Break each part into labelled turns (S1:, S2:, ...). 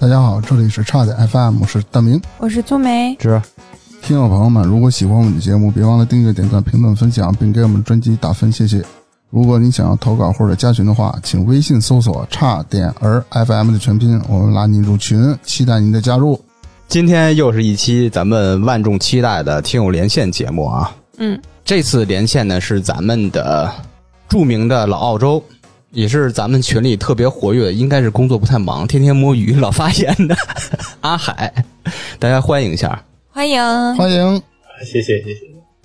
S1: 大家好，这里是差点 FM，我是大明。
S2: 我是苏梅，
S3: 值
S1: 听众朋友们，如果喜欢我们的节目，别忘了订阅、点赞、评论、分享，并给我们专辑打分，谢谢。如果你想要投稿或者加群的话，请微信搜索“差点儿 FM” 的全拼，我们拉您入群，期待您的加入。
S3: 今天又是一期咱们万众期待的听友连线节目啊。
S2: 嗯，
S3: 这次连线呢是咱们的著名的老澳洲，也是咱们群里特别活跃，应该是工作不太忙，天天摸鱼老发言的阿海，大家欢迎一下，
S2: 欢迎。
S1: 欢迎，
S4: 谢谢谢谢，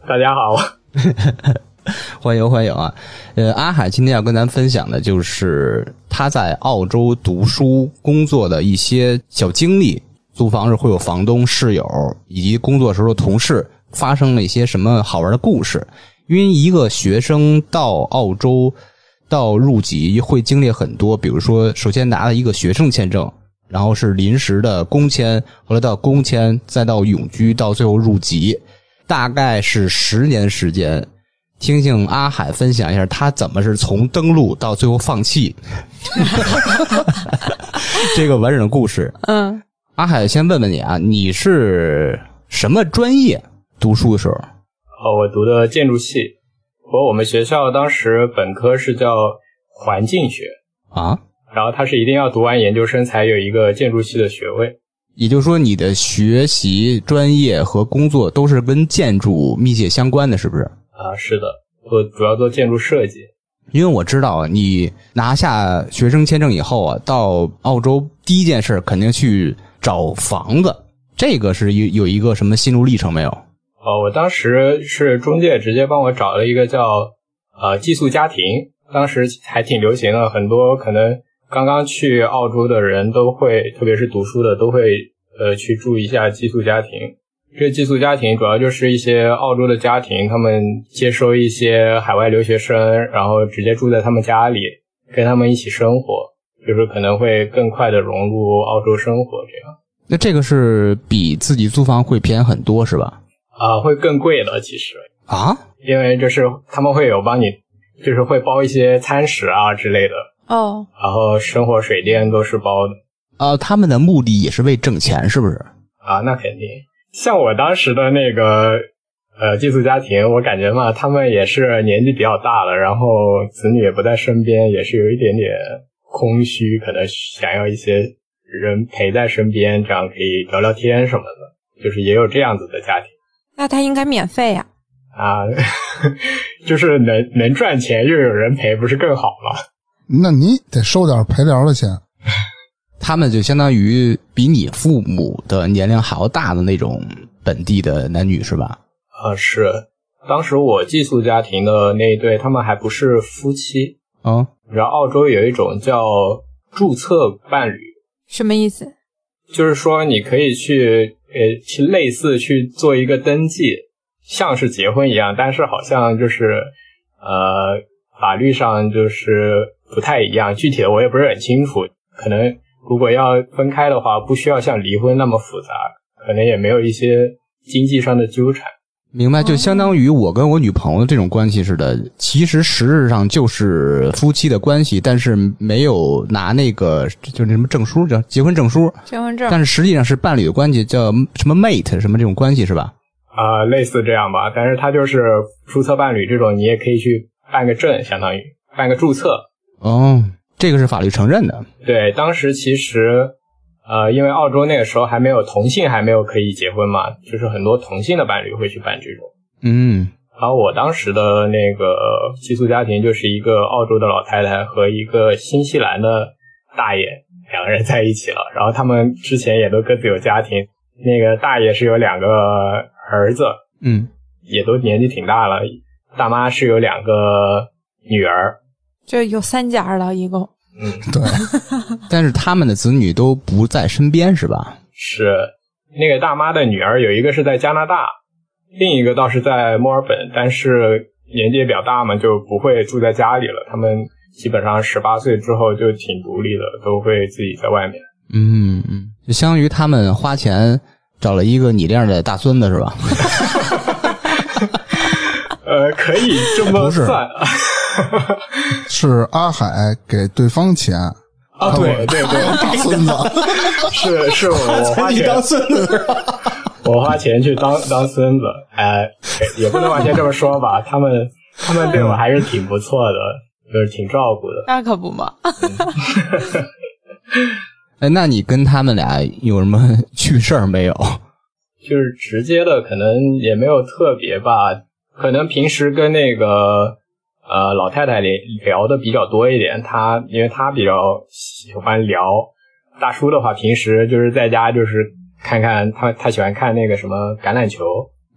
S4: 大家好，
S3: 欢迎欢迎啊。呃，阿海今天要跟咱分享的就是他在澳洲读书工作的一些小经历，租房时会有房东、室友以及工作时候的同事发生了一些什么好玩的故事。因为一个学生到澳洲到入籍会经历很多，比如说首先拿了一个学生签证，然后是临时的工签，后来到工签，再到永居，到最后入籍，大概是十年时间。听听阿海分享一下他怎么是从登录到最后放弃 这个完整的故事。
S2: 嗯，
S3: 阿海，先问问你啊，你是什么专业？读书的时候，
S4: 呃，我读的建筑系，不过我们学校当时本科是叫环境学，
S3: 啊，
S4: 然后它是一定要读完研究生才有一个建筑系的学位。
S3: 也就是说你的学习、专业和工作都是跟建筑密切相关的，是不是？
S4: 啊，是的，我主要做建筑设计，
S3: 因为我知道啊你拿下学生签证以后啊，到澳洲第一件事肯定去找房子，这个是有有一个什么心路历程没有？
S4: 呃，我当时是中介直接帮我找了一个叫呃寄宿家庭，当时还挺流行的，很多可能刚刚去澳洲的人都会，特别是读书的都会呃去住一下寄宿家庭。这个寄宿家庭主要就是一些澳洲的家庭，他们接收一些海外留学生，然后直接住在他们家里，跟他们一起生活，就是可能会更快的融入澳洲生活这样。
S3: 那这个是比自己租房会便宜很多是吧？
S4: 啊，会更贵的其实。
S3: 啊，
S4: 因为就是他们会有帮你，就是会包一些餐食啊之类的，
S2: 哦，
S4: 然后生活水电都是包的
S3: 呃，他们的目的也是为挣钱，是不是？
S4: 啊，那肯定。像我当时的那个呃寄宿家庭，我感觉嘛，他们也是年纪比较大了，然后子女也不在身边，也是有一点点空虚，可能想要一些人陪在身边，这样可以聊聊天什么的，就是也有这样子的家庭。
S2: 那他应该免费呀、
S4: 啊， 就是能能赚钱又有人陪，不是更好吗？
S1: 那你得收点陪聊的钱，
S3: 他们就相当于比你父母的年龄还要大的那种本地的男女是吧？
S4: 啊，是，当时我寄宿家庭的那一对，他们还不是夫妻。
S3: 啊、
S4: 然后澳洲有一种叫注册伴侣，
S2: 什么意思？
S4: 就是说你可以去呃去类似去做一个登记，像是结婚一样，但是好像就是呃法律上就是不太一样，具体的我也不是很清楚。可能如果要分开的话，不需要像离婚那么复杂，可能也没有一些经济上的纠缠。
S3: 明白，就相当于我跟我女朋友这种关系似的，其实实质上就是夫妻的关系，但是没有拿那个就是那什么证书，叫结婚证书，
S2: 身份
S3: 但
S2: 证？
S3: 是实际上是伴侣的关系，叫什么 mate 什么这种关系是吧？
S4: 啊、类似这样吧，但是它就是注册伴侣这种，你也可以去办个证，相当于办个注册。
S3: 哦，这个是法律承认的。
S4: 对，当时其实，呃，因为澳洲那个时候还没有同性还没有可以结婚嘛，就是很多同性的伴侣会去办这种。
S3: 嗯，
S4: 然后我当时的那个寄宿家庭就是一个澳洲的老太太和一个新西兰的大爷，两个人在一起了。然后他们之前也都各自有家庭，那个大爷是有两个儿子，
S3: 嗯，
S4: 也都年纪挺大了，大妈是有两个女儿，
S2: 这有三家了，一共。
S4: 嗯，
S1: 对，
S3: 但是他们的子女都不在身边，是吧？
S4: 是那个大妈的女儿有一个是在加拿大，另一个倒是在墨尔本，但是年纪也比较大嘛，就不会住在家里了。他们基本上十八岁之后就挺独立的，都会自己在外面。
S3: 嗯嗯，就相当于他们花钱找了一个你这样的大孙子，是 吧？
S4: 呃，可以这么
S1: 不是
S4: 算，
S1: 是阿海给对方钱，
S4: 啊，对对对，
S1: 大孙子，
S4: 是是我 我花
S3: 你
S4: 钱
S3: 当孙子，
S4: 我花钱去当当孙子，哎，也不能完全这么说吧，他们他们对我还是挺不错的，就是挺照顾的。
S2: 那可不嘛。
S3: 哎，那你跟他们俩有什么 趣事儿没有？
S4: 就是直接的，可能也没有特别吧，可能平时跟那个呃老太太聊聊的比较多一点，她因为她比较喜欢聊，大叔的话平时就是在家就是看看他他喜欢看那个什么橄榄球，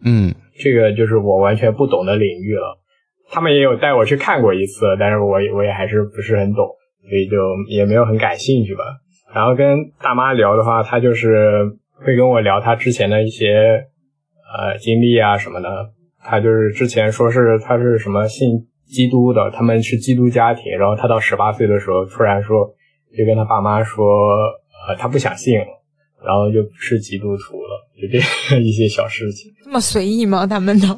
S3: 嗯，
S4: 这个就是我完全不懂的领域了。他们也有带我去看过一次，但是我也我也还是不是很懂，所以就也没有很感兴趣吧。然后跟大妈聊的话，她就是会跟我聊她之前的一些呃经历啊什么的。她就是之前说是她是什么信基督的，他们是基督家庭，然后她到十八岁的时候突然说就跟她爸妈说，呃，她不想信了，然后就不是基督徒了，就这样一些小事情。
S2: 这么随意吗？他们都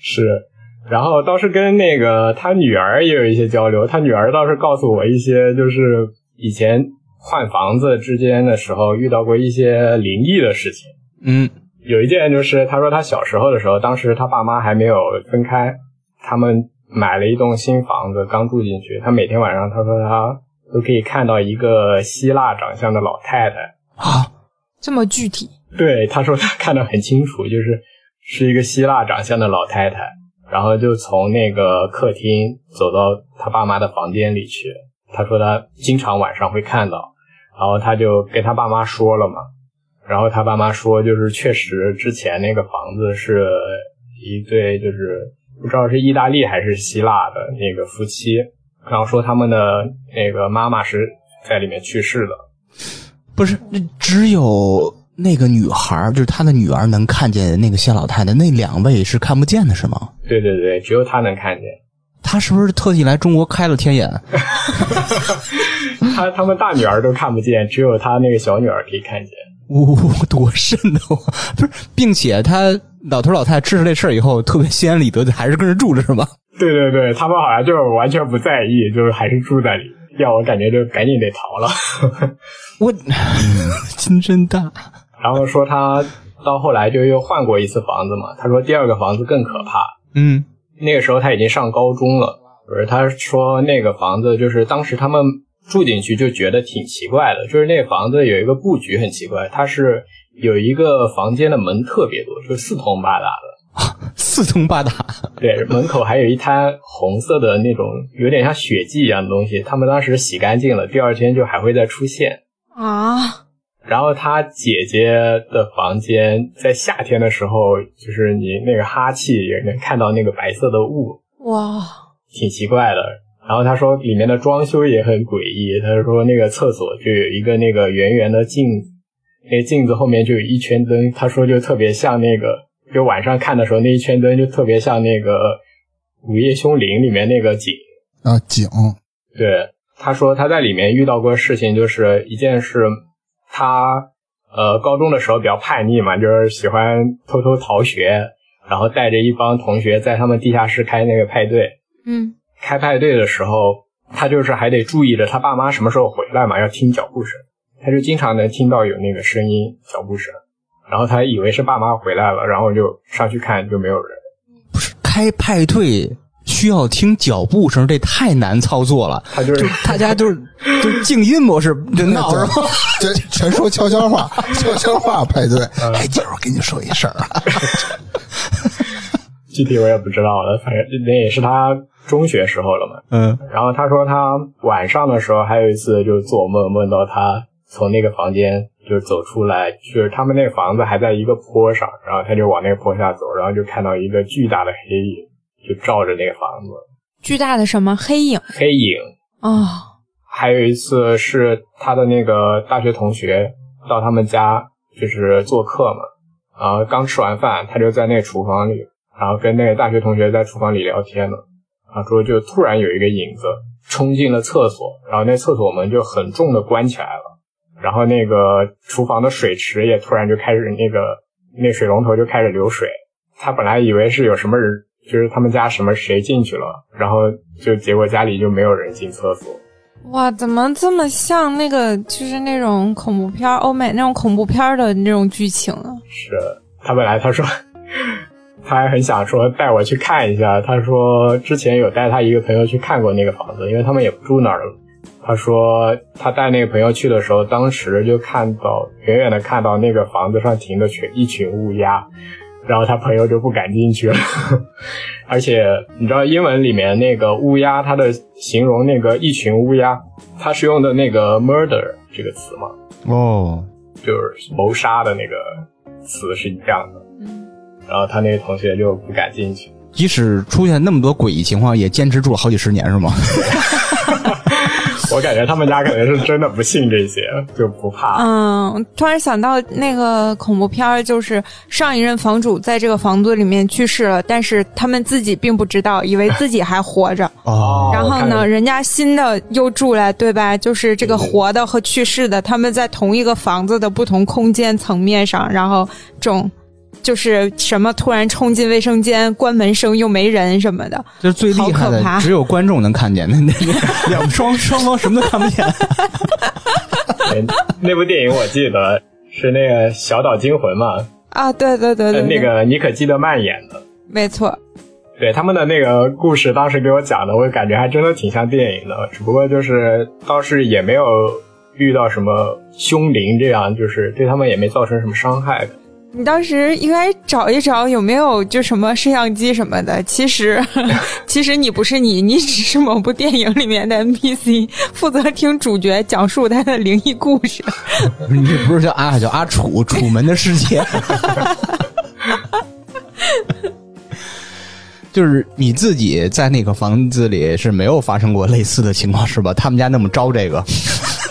S4: 是，然后倒是跟那个他女儿也有一些交流，他女儿倒是告诉我一些，就是以前换房子之间的时候遇到过一些灵异的事情。
S3: 嗯，
S4: 有一件就是，他说他小时候的时候，当时他爸妈还没有分开，他们买了一栋新房子，刚住进去，他每天晚上他说他都可以看到一个希腊长相的老太太。
S3: 啊，
S2: 这么具体，
S4: 对，他说他看得很清楚，就是是一个希腊长相的老太太，然后就从那个客厅走到他爸妈的房间里去。他说他经常晚上会看到，然后他就跟他爸妈说了嘛，然后他爸妈说就是确实之前那个房子是一对就是不知道是意大利还是希腊的那个夫妻，然后说他们的那个妈妈是在里面去世的。
S5: 不是，那只有那个女孩儿，就是她的女儿能看见那个谢老太太，那两位是看不见的，是吗？
S4: 对对对，只有他能看见。
S3: 他是不是特地来中国开了天眼？
S4: 他他们大女儿都看不见，只有他那个小女儿可以看见。
S3: 呜、多瘆得慌！ 不是，并且他老头老太太知道这事儿以后，特别心安理得的，还是跟着住着是吧？
S4: 对对对，他们好像就是完全不在意，就是还是住在里。要我感觉就赶紧得逃了。
S3: 我心真大，
S4: 然后说他到后来就又换过一次房子嘛，他说第二个房子更可怕。
S3: 嗯
S4: 那个时候他已经上高中了，不是他说那个房子就是当时他们住进去就觉得挺奇怪的，就是那个房子有一个布局很奇怪，它是有一个房间的门特别多，就是四通八达的。
S3: 四通八达，
S4: 对，门口还有一滩红色的那种，有点像血迹一样的东西。他们当时洗干净了，第二天就还会再出现。
S2: 啊，
S4: 然后他姐姐的房间在夏天的时候，就是你那个哈气也能看到那个白色的雾，
S2: 哇，
S4: 挺奇怪的。然后他说里面的装修也很诡异，他说那个厕所就有一个那个圆圆的镜子，那个镜子后面就有一圈灯，他说就特别像那个，就晚上看的时候那一圈灯就特别像那个《午夜凶铃》里面那个景。
S1: 啊，井，
S4: 对，他说他在里面遇到过事情，就是一件事，他呃高中的时候比较叛逆嘛，就是喜欢偷偷逃学，然后带着一帮同学在他们地下室开那个派对。
S2: 嗯，
S4: 开派对的时候，他就是还得注意着他爸妈什么时候回来嘛，要听脚步声，他就经常能听到有那个声音脚步声，然后他以为是爸妈回来了，然后就上去看就没有人。
S3: 不是开派对需要听脚步声，这太难操作了。
S4: 他就是
S3: 大家就是就是静音模式，就闹是吧？
S1: 这全说悄悄话，悄悄话派对。哎，姐儿，我跟你说一事儿啊，
S4: 具体我也不知道了，反正那也是他中学时候了嘛。
S3: 嗯，
S4: 然后他说他晚上的时候还有一次就做梦，梦到他从那个房间就走出来，就是他们那个房子还在一个坡上，然后他就往那个坡下走，然后就看到一个巨大的黑影，就照着那个房子，
S2: 巨大的什么黑影
S4: 黑影。
S2: 哦，
S4: 还有一次是他的那个大学同学到他们家就是做客嘛，然后刚吃完饭，他就在那个厨房里，然后跟那个大学同学在厨房里聊天呢，然后说就突然有一个影子冲进了厕所，然后那厕所门就很重的关起来了，然后那个厨房的水池也突然就开始那个那水龙头就开始流水，他本来以为是有什么人，就是他们家什么谁进去了，然后就结果家里就没有人进厕所。
S2: 哇，怎么这么像那个就是那种恐怖片儿，欧美那种恐怖片儿的那种剧情啊？
S4: 是他本来他说他还很想说带我去看一下，他说之前有带他一个朋友去看过那个房子，因为他们也不住那儿了。他说他带那个朋友去的时候，当时就看到远远的看到那个房子上停的群一群乌鸦，然后他朋友就不敢进去了。 而且你知道英文里面那个乌鸦，它的形容那个一群乌鸦，它是用的那个 murder 这个词嘛，
S3: 哦，
S4: 就是谋杀的那个词是一样的。
S2: 嗯，
S4: 然后他那个同学就不敢进去。
S3: 即使出现那么多诡异情况，也坚持住了好几十年，是吗？
S4: 我感觉他们家可能是真的不信这些，就不怕。
S2: 嗯，突然想到那个恐怖片儿，就是上一任房主在这个房子里面去世了，但是他们自己并不知道，以为自己还活着。
S4: 哦
S2: 然后呢，？人家新的又住来，对吧？就是这个活的和去世的，他们在同一个房子的不同空间层面上，然后这种就是什么突然冲进卫生间，关门声又没人什么的，
S3: 就是最厉害
S2: 好可
S3: 的，
S2: 怕
S3: 只有观众能看见，那那那两双双方什么都看不见。
S4: 看见对哎那部电影我记得是那个《小岛惊魂》嘛，
S2: 啊，对对对
S4: 呃
S2: 对，对
S4: 那个妮可基德曼演的。
S2: 没错，
S4: 对他们的那个故事，当时给我讲的，我感觉还真的挺像电影的，只不过就是倒是也没有遇到什么凶灵这样，就是对他们也没造成什么伤害的。
S2: 你当时应该找一找有没有就什么摄像机什么的。其 实，其实你不是你，你只是某部电影里面的 NPC，负责听主角讲述他的灵异故事。
S3: 你这不是叫阿海，叫阿楚，楚门的世界。 就是你自己在那个房子里是没有发生过类似的情况是吧？他们家那么招这个，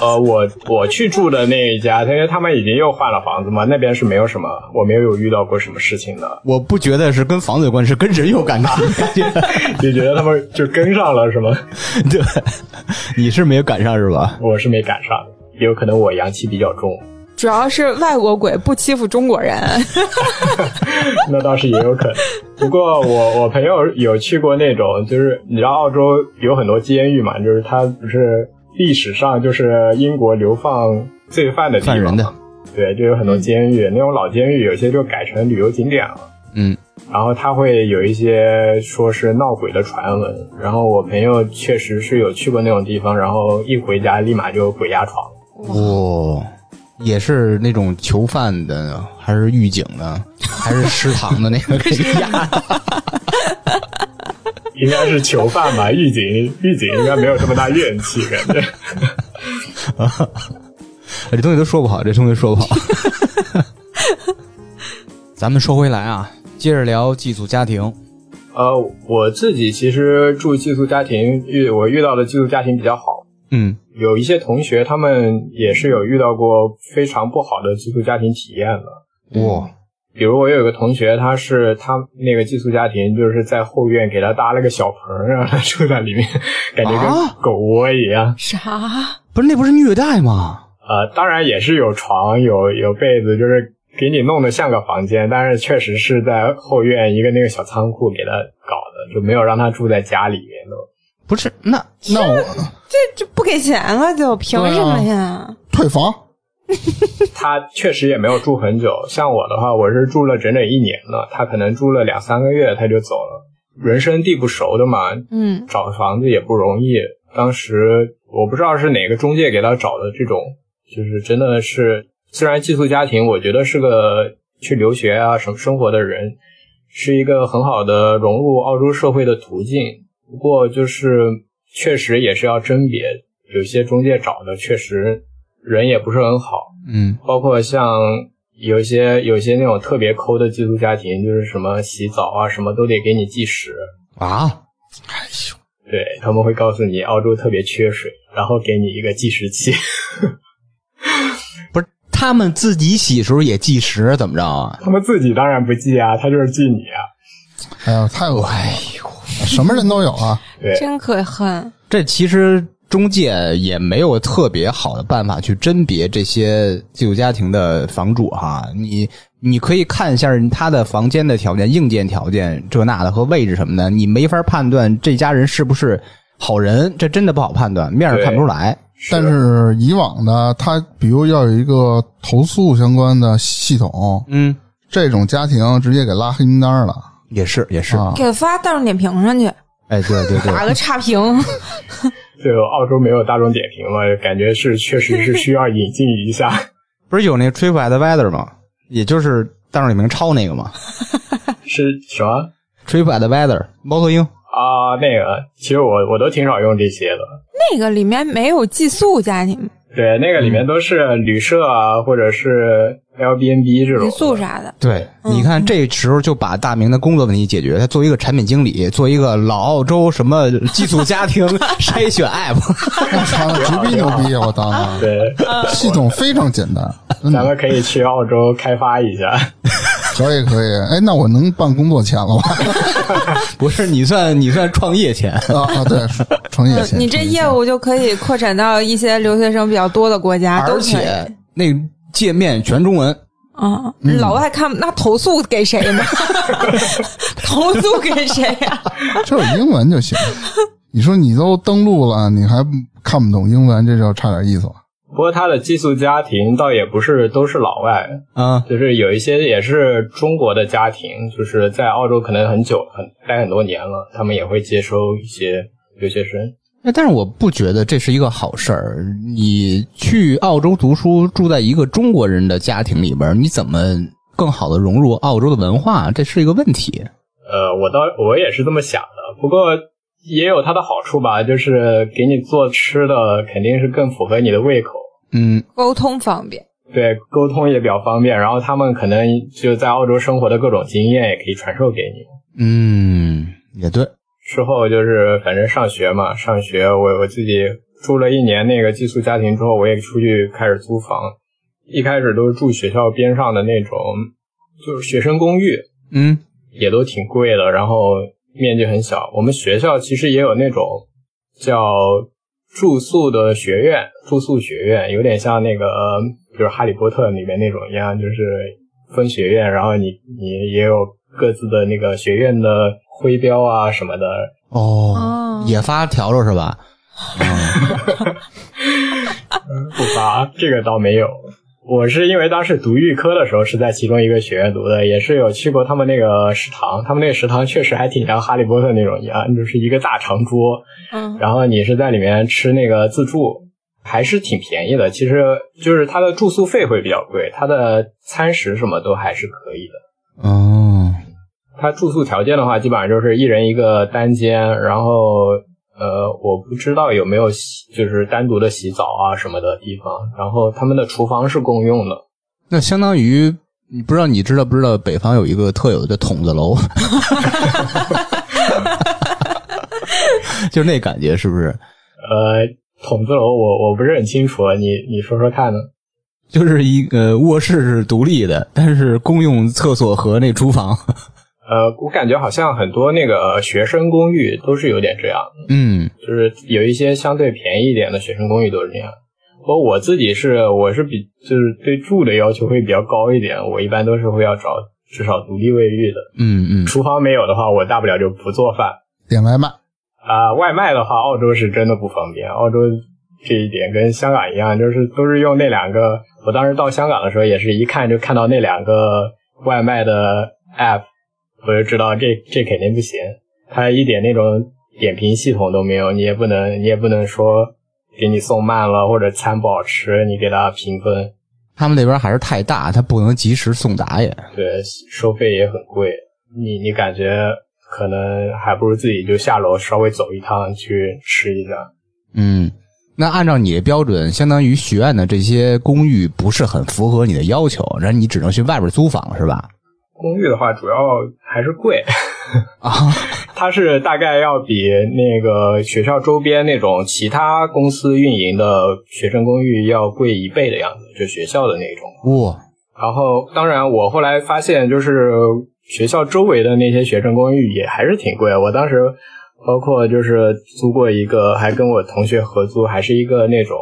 S4: 呃，我我去住的那一家，因为他们已经又换了房子嘛，那边是没有什么，我没有遇到过什么事情的，
S3: 我不觉得是跟房子有关，是跟人有感尬。感觉
S4: 就觉得他们就跟上了，是吗？
S3: 对，你是没有赶上是吧？
S4: 我是没赶上，也有可能我阳气比较重，
S2: 主要是外国鬼不欺负中国人。
S4: 那倒是也有可能。不过我我朋友有去过那种，就是你知道澳洲有很多监狱嘛，就是它不是历史上就是英国流放罪犯的地方
S3: 犯
S4: 嘛
S3: 人的，
S4: 对，就有很多监狱，那种老监狱有些就改成旅游景点了。
S3: 嗯，
S4: 然后它会有一些说是闹鬼的传闻，然后我朋友确实是有去过那种地方，然后一回家立马就鬼压床。
S3: 哦，也是那种囚犯的，还是狱警的，还是食堂的那个给压的？
S4: 应该是囚犯 吧，狱警狱警应该没有这么大怨气，感觉。
S3: 这东西都说不好，这东西说不好。 咱们说回来啊，接着聊寄宿家庭。
S4: 呃，我自己其实住寄宿家庭，遇我遇到的寄宿家庭比较好，
S3: 嗯，
S4: 有一些同学他们也是有遇到过非常不好的寄宿家庭体验的。
S3: 哇，
S4: 比如我有个同学，他是他那个寄宿家庭，就是在后院给他搭了个小棚儿，让他住在里面，感觉
S3: 啊
S4: 跟狗窝一 样。
S2: 啥？
S3: 不是那不是虐待吗？
S4: 呃，当然也是有床有有被子，就是给你弄得像个房间，但是确实是在后院一个那个小仓库给他搞的，就没有让他住在家里面的。
S3: 不是，那那我
S2: 这不给钱了就凭什么呀？
S1: 退房。
S4: 他确实也没有住很久，像我的话，我是住了整整一年了，他可能住了两三个月他就走了。人生地不熟的嘛，
S2: 嗯，
S4: 找房子也不容易。当时我不知道是哪个中介给他找的这种，就是真的是，虽然寄宿家庭，我觉得是个去留学啊什么生活的人，是一个很好的融入澳洲社会的途径。不过就是确实也是要甄别，有些中介找的确实人也不是很好，
S3: 嗯，
S4: 包括像有一些有一些那种特别抠的寄宿家庭，就是什么洗澡啊什么都得给你计时，
S3: 啊，
S4: 对他们会告诉你澳洲特别缺水，然后给你一个计时器。
S3: 不是他们自己洗时候也计时，怎么着啊？
S4: 他们自己当然不记啊，他就是记你啊。
S1: 哎呀，太恶心了！什么人都有啊！
S4: 对，
S2: 真可恨。
S3: 这其实中介也没有特别好的办法去甄别这些寄宿家庭的房主哈。你你可以看一下他的房间的条件、硬件条件这那的和位置什么的，你没法判断这家人是不是好人，这真的不好判断，面上看不出来。
S4: 啊
S1: 但是以往的，他比如要有一个投诉相关的系统，
S3: 嗯，
S1: 这种家庭直接给拉黑名单了
S3: 也是也是，
S1: 啊！
S2: 给发大众点评上去，
S3: 哎，对对对，
S2: 打个差评。
S4: 这个澳洲没有大众点评嘛，感觉是确实是需要引进一下。
S3: 不是有那个 TripAdvisor 吗？也就是大众点评抄那个嘛
S4: 是什么
S3: ，TripAdvisor 猫头鹰。
S4: 啊？那个，其实我我都挺少用这些的。
S2: 那个里面没有寄宿家庭、
S4: 对，那个里面都是旅社啊，或者是 Airbnb 这
S2: 民宿
S4: 种的。
S2: 啥的，
S3: 对，你
S2: 嗯
S3: 看这时候就把大明的工作问题解决，他作为一个产品经理，做一个老澳洲什么寄宿 家庭筛选哎 app，
S1: 我操，直逼牛逼啊！我当 当，
S4: 对，
S1: 系统非常简单，真
S4: 咱
S1: 的
S4: 们可以去澳洲开发一下。
S1: 可以可以。哎，那我能办工作签了 吧？
S3: 不是你算你算创业前，
S1: 啊啊，对，创业
S2: 嗯
S1: 签。
S2: 你这业务就可以扩展到一些留学生比较多的国家，啊都
S3: 而
S2: 可以
S3: 且那个界面全中文，
S2: 啊，老外看那投诉给谁 呢？投诉给谁啊呀、
S1: 就是英文就行。你说你都登录了，你还看不懂英文，这就差点意思了。
S4: 不过他的寄宿家庭倒也不是都是老外，
S3: 啊，
S4: 就是有一些也是中国的家庭，就是在澳洲可能很久很待很多年了，他们也会接收一些留学生。
S3: 哎但是我不觉得这是一个好事儿。你去澳洲读书，住在一个中国人的家庭里边，你怎么更好的融入澳洲的文化？这是一个问题。
S4: 呃，我倒我也是这么想的，不过也有它的好处吧，就是给你做吃的肯定是更符合你的胃口，
S3: 嗯，
S2: 沟通方便，
S4: 对，沟通也比较方便，然后他们可能就在澳洲生活的各种经验也可以传授给你。
S3: 嗯，也对。
S4: 之后就是反正上学嘛，上学我我自己住了一年那个寄宿家庭之后，我也出去开始租房，一开始都是住学校边上的那种，就是学生公寓，
S3: 嗯，
S4: 也都挺贵的，然后面积很小。我们学校其实也有那种叫住宿的学院，住宿学院有点像那个，呃比如《哈利波特》里面那种一样，就是分学院，然后你你也有各自的那个学院的徽标啊什么的。
S5: 哦
S2: 哦，
S5: 也发条了是吧？
S4: 不发这个倒没有，我是因为当时读预科的时候是在其中一个学院读的，也是有去过他们那个食堂，他们那个食堂确实还挺像《哈利波特》那种一样，就是一个大长桌，
S2: 嗯，
S4: 然后你是在里面吃那个自助，还是挺便宜的。其实就是它的住宿费会比较贵，它的餐食什么都还是可以的。
S5: 哦，
S4: 它住宿条件的话，基本上就是一人一个单间，然后呃，我不知道有没有洗就是单独的洗澡啊什么的地方。然后他们的厨房是共用的，
S5: 那相当于你不知道你知道不知道北方有一个特有的筒子 楼，就是那感觉是不是？
S4: 呃，筒子楼我我不是很清楚，啊你你说说看呢？
S3: 就是一个卧室是独立的，但是公用厕所和那厨房，
S4: 呃，我感觉好像很多那个学生公寓都是有点这样。
S3: 嗯
S4: 就是有一些相对便宜一点的学生公寓都是这样。不过我自己是我是比就是对住的要求会比较高一点，我一般都是会要找至少独立卫浴的。
S3: 嗯嗯，
S4: 厨房没有的话，我大不了就不做饭
S1: 点外卖，
S4: 啊、外卖的话，澳洲是真的不方便，澳洲这一点跟香港一样，就是都是用那两个。我当时到香港的时候，也是一看就看到那两个外卖的 app，我就知道这这肯定不行。它一点那种点评系统都没有，你也不能你也不能说给你送慢了或者餐不好吃，你给它评分，
S5: 他们那边还是太大，他不能及时送达也。
S4: 对，收费也很贵。你你感觉可能还不如自己就下楼稍微走一趟去吃一下。
S5: 嗯，那按照你的标准，相当于学院的这些公寓不是很符合你的要求，然后你只能去外边租房是吧？
S4: 公寓的话，主要还是贵，
S5: 啊，
S4: 它是大概要比那个学校周边那种其他公司运营的学生公寓要贵一倍的样子，就学校的那种。
S5: 哇，
S4: 然后，当然，我后来发现，就是学校周围的那些学生公寓也还是挺贵。我当时包括就是租过一个，还跟我同学合租，还是一个那种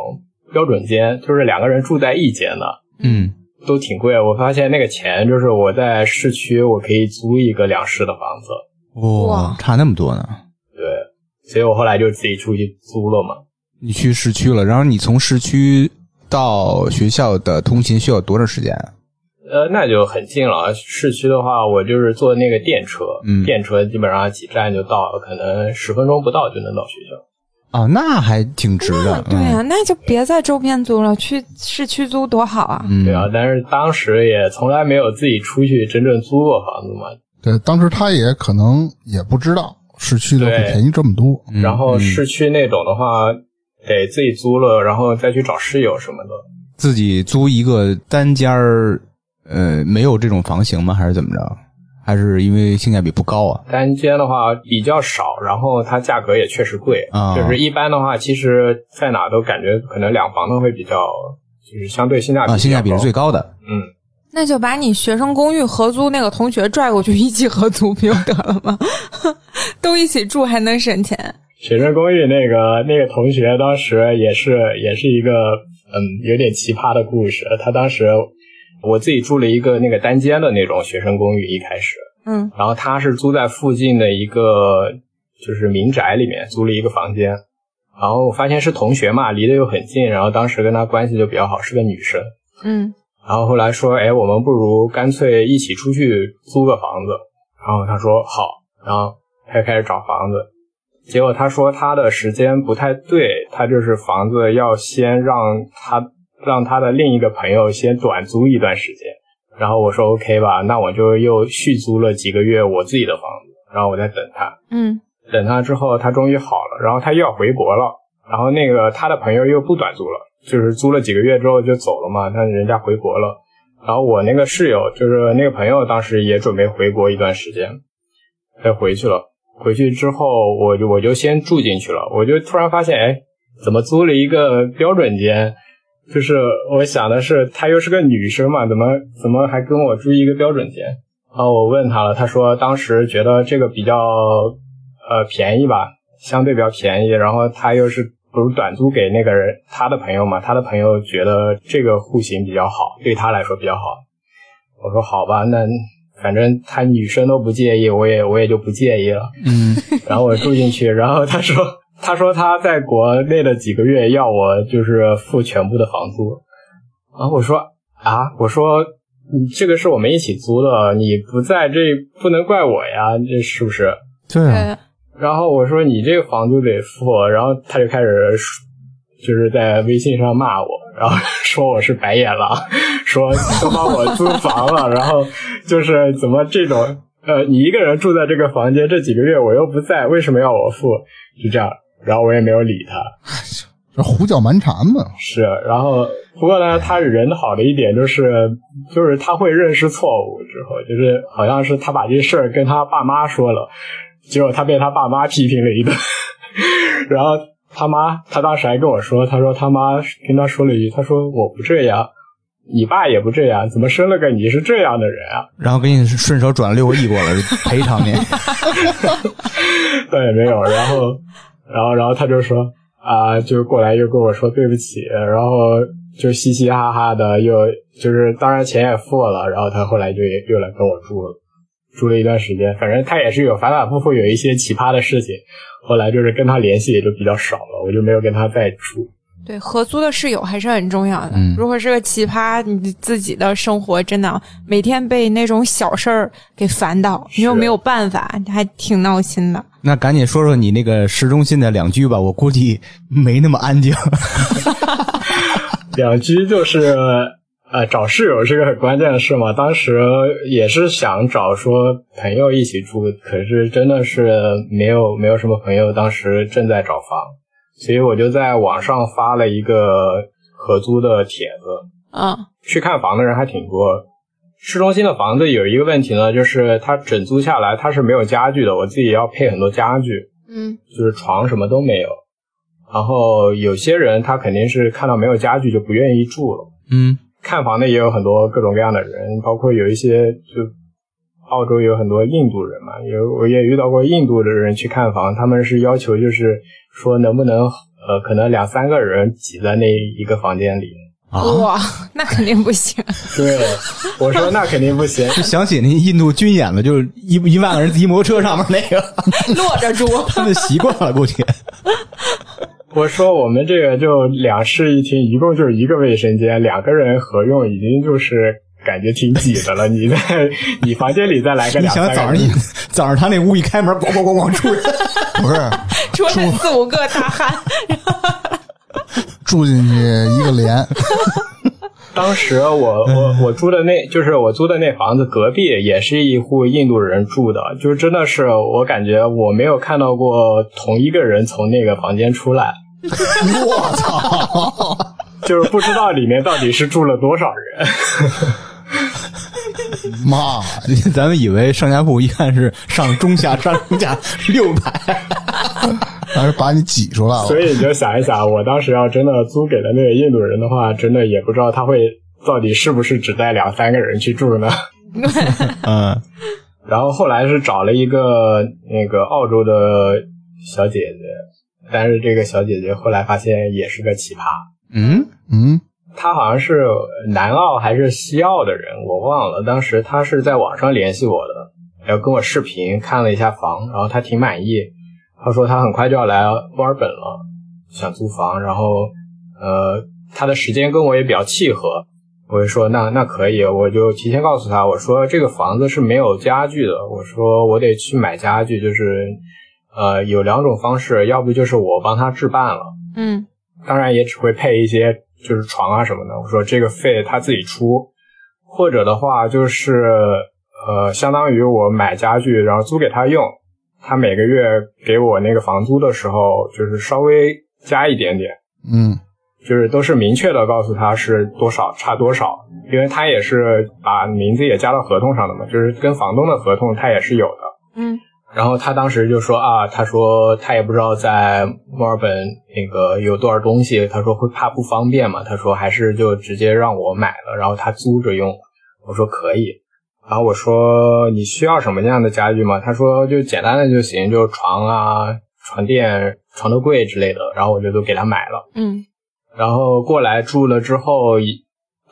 S4: 标准间，就是两个人住在一间的。
S5: 嗯，
S4: 都挺贵。我发现那个钱就是我在市区，我可以租一个两室的房子。
S5: 哇，
S2: 哇
S5: 差那么多呢。
S4: 对，所以我后来就自己出去租了嘛。
S3: 你去市区了，然后你从市区到学校的通勤需要多长时间？
S4: 呃，那就很近了。市区的话，我就是坐那个电车，
S3: 嗯
S4: 电车基本上几站就到了，可能十分钟不到就能到学校。
S3: 啊，那还挺值的。
S2: 对啊呀、那就别在周边租了，去市区租多好啊！
S3: 嗯，
S4: 对啊，但是当时也从来没有自己出去真正租过房子嘛，
S1: 对，当时他也可能也不知道市区的会
S4: 对
S1: 便宜这么多，
S3: 嗯
S4: 然后
S3: 嗯
S4: 市区那种的话，得自己租了，然后再去找室友什么的。
S3: 自己租一个单间儿，呃，没有这种房型吗？还是怎么着？还是因为性价比不高啊？
S4: 单间的话比较少，然后它价格也确实贵。
S3: 啊
S4: 就是一般的话，其实在哪都感觉可能两房的会比较，就是相对性价比
S3: 啊，性价比是最
S4: 高。
S3: 高的。
S4: 嗯，
S2: 那就把你学生公寓合租那个同学拽过去一起合租，不就得了吗？ 都一起住还能省钱。
S4: 学生公寓那个那个同学当时也是也是一个嗯有点奇葩的故事。他当时我自己住了一个那个单间的那种学生公寓，一开始，
S2: 嗯
S4: 然后他是租在附近的一个就是民宅里面租了一个房间，然后我发现是同学嘛，离得又很近，然后当时跟他关系就比较好，是个女生。
S2: 嗯，
S4: 然后后来说，哎，我们不如干脆一起出去租个房子。然后他说好，然后他就开始找房子。结果他说他的时间不太对，他就是房子要先让他让他的另一个朋友先短租一段时间。然后我说 OK 吧，那我就又续租了几个月我自己的房子，然后我再等他。
S2: 嗯，
S4: 等他之后，他终于好了，然后他又要回国了。然后那个他的朋友又不短租了，就是租了几个月之后就走了嘛，但人家回国了。然后我那个室友就是那个朋友，当时也准备回国一段时间，他回去了。回去之后，我就我就先住进去了，我就突然发现，哎，怎么租了一个标准间？就是我想的是，她又是个女生嘛，怎么怎么还跟我住一个标准间？然后呃我问她了，她说当时觉得这个比较呃便宜吧，相对比较便宜，然后她又是不是短租给那个人她的朋友嘛，她的朋友觉得这个户型比较好，对她来说比较好。我说好吧，那反正她女生都不介意，我也我也就不介意了。
S3: 嗯，
S4: 然后我住进去，然后他说他说他在国内的几个月要我就是付全部的房租，然后我说啊，我说你这个是我们一起租的，你不在这不能怪我呀，这是不是？
S1: 对啊，
S2: 对，
S4: 然后我说你这个房租得付，然后他就开始说就是在微信上骂我，然后说我是白眼狼， 说都帮我租房了，然后就是怎么这种呃，你一个人住在这个房间这几个月我又不在，为什么要我付？就这样，然后我也没有理他。
S1: 这胡搅蛮缠嘛，
S4: 是，然后不过呢，他人好的一点就是，就是他会认识错误之后，就是好像是他把这事儿跟他爸妈说了，结果他被他爸妈批评了一顿， 然后他妈他当时还跟我说，他说他妈跟他说了一句，他说我不这样，你爸也不这样，怎么生了个你是这样的人啊？
S3: 然后给你顺手转了六个亿过来赔偿 你。
S4: 对，没有。然后，然后，然后他就说啊、就过来又跟我说对不起，然后就嘻嘻哈哈的，又就是当然钱也付了，然后他后来就也又来跟我住了，住了一段时间。反正他也是有反反复复有一些奇葩的事情，后来就是跟他联系也就比较少了，我就没有跟他再住。
S2: 对，合租的室友还是很重要的。
S3: 嗯
S2: 如果是个奇葩，你自己的生活真的每天被那种小事儿给烦到，你又
S4: 是
S2: 没有办法，还挺闹心的。
S3: 那赶紧说说你那个市中心的两居吧，我估计没那么安静。
S4: 两居就是呃找室友是个很关键的事嘛。当时也是想找说朋友一起住，可是真的是没有没有什么朋友，当时正在找房，所以我就在网上发了一个呃合租的帖子，
S2: 嗯，
S4: 去看房的人还挺多。市中心的房子有一个问题呢，就是它整租下来它是没有家具的，我自己要配很多家具。
S2: 嗯，
S4: 就是床什么都没有。然后有些人他肯定是看到没有家具就不愿意住了。
S3: 嗯，
S4: 看房的也有很多各种各样的人，包括有一些就澳洲有很多印度人嘛，有我也遇到过印度的人去看房，他们是要求就是说能不能呃可能两三个人挤在那一个房间里，
S3: 啊
S2: 哇， 那肯定不行。
S4: 对， 我说那肯定不行。
S3: 就 想起那印度军演了，就是一一万个人骑摩托车上面那 个，
S2: 落着 住。
S3: 他们习惯了，估计。
S4: 我说我们这个就两室一厅，一共就是一个卫生间，两个人合用已经就是感觉挺挤的了。你在你房间里再来个
S3: 你
S4: 两
S3: 想
S4: 三
S3: 早
S4: 个
S3: 上一
S4: 人，
S3: 早上他那屋一开门，咣咣咣咣出去，
S1: 不是
S2: 出来四五个大汉，
S1: 住进去一个连，
S4: 当 时我我我租的那就是我租的那房子隔壁也是一户印度人住的，就是真的是我感觉我没有看到过同一个人从那个房间出来，
S1: 我操！
S4: 就是不知道里面到底是住了多少人。
S1: 妈，
S3: 咱们以为上下铺，一看是上中下上中下六排，
S1: 还是把你挤出来了
S4: 所。以你就想一想，我当时要真的租给了那个印度人的话，真的也不知道他会到底是不是只带两三个人去住呢。
S3: 嗯，
S4: 然后后来是找了一个那个澳洲的小姐姐，但是这个小姐姐后来发现也是个奇葩，
S3: 嗯，
S1: 嗯，
S4: 她好像是南澳还是西澳的人，我忘了。当时她是在网上联系我的，然后跟我视频看了一下房，然后她挺满意，她说她很快就要来墨尔本了，想租房，然后呃，她的时间跟我也比较契合。我就说那那可以，我就提前告诉她，我说这个房子是没有家具的，我说我得去买家具，就是呃有两种方式，要不就是我帮她置办了。
S2: 嗯，
S4: 当然也只会配一些就是床啊什么的。我说这个费他自己出，或者的话就是呃，相当于我买家具然后租给他用，他每个月给我那个房租的时候就是稍微加一点点，
S1: 嗯，
S4: 就是都是明确的告诉他是多少差多少，因为他也是把名字也加到合同上的嘛，就是跟房东的合同他也是有的。
S2: 嗯，
S4: 然后他当时就说啊，他说他也不知道在墨尔本那个有多少东西，他说会怕不方便嘛，他说还是就直接让我买了，然后他租着用。我说可以，然后我说你需要什么样的家具吗？他说就简单的就行，就床啊、床垫、床头柜之类的。然后我就都给他买了。
S2: 嗯
S4: 然后过来住了之后，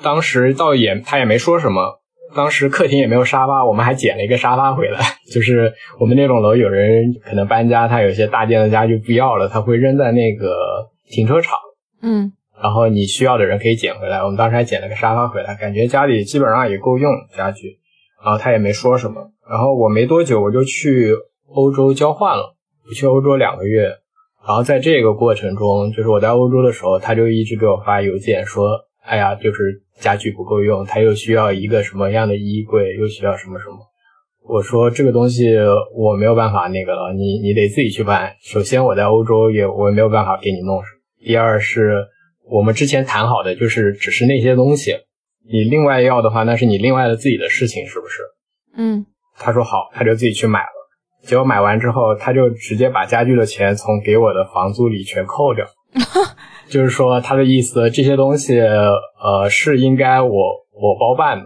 S4: 当时倒也他也没说什么。当时客厅也没有沙发，我们还捡了一个沙发回来。 就是我们那栋楼有人可能搬家，他有些大件的家具不要了，他会扔在那个停车场，
S2: 嗯，
S4: 然后你需要的人可以捡回来。我们当时还捡了个沙发回来，感觉家里基本上也够用家具。然后他也没说什么。然后我没多久我就去欧洲交换了，我去欧洲两个月，然后在这个过程中，就是我在欧洲的时候，他就一直给我发邮件说，哎呀，就是家具不够用，他又需要一个什么样的衣柜，又需要什么什么。我说这个东西我没有办法那个了，你你得自己去办。首先我在欧洲也我也没有办法给你弄什么。第二是我们之前谈好的就是只是那些东西，你另外要的话那是你另外的自己的事情，是不是？
S2: 嗯，
S4: 他说好，他就自己去买了。结果买完之后，他就直接把家具的钱从给我的房租里全扣掉。就是说，他的意思，这些东西，呃，是应该我我包办的。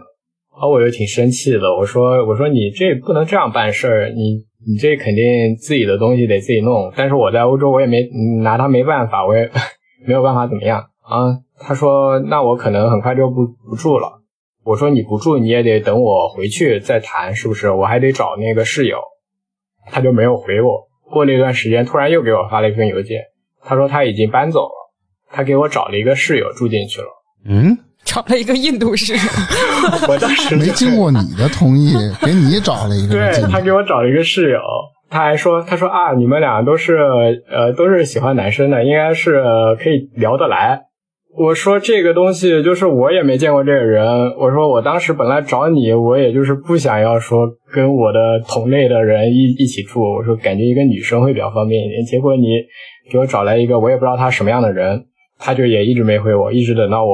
S4: 然后我就挺生气的，我说我说你这不能这样办事儿，你你这肯定自己的东西得自己弄。但是我在欧洲，我也没拿他没办法，我也 没有办法怎么样啊。他说那我可能很快就不不住了。我说你不住，你也得等我回去再谈，是不是？我还得找那个室友。他就没有回我。过了一段时间，突然又给我发了一封邮件，他说他已经搬走了，他给我找了一个室友住进去了。
S3: 嗯，
S2: 找了一个印度师，
S4: 我当时
S1: 没经过你的同 意，给你找了一个人
S4: 对
S1: 进
S4: 他
S1: 去。
S4: 给我找了一个室友，他还说，他说啊，你们俩都是呃都是喜欢男生的，应该是、呃可以聊得来。我说这个东西就是我也没见过这个人，我说我当时本来找你，我也就是不想要说跟我的同类的人一一起住，我说感觉一个女生会比较方便一点。结果你给我找来一个我也不知道他什么样的人，他就也一直没回我，一直等到我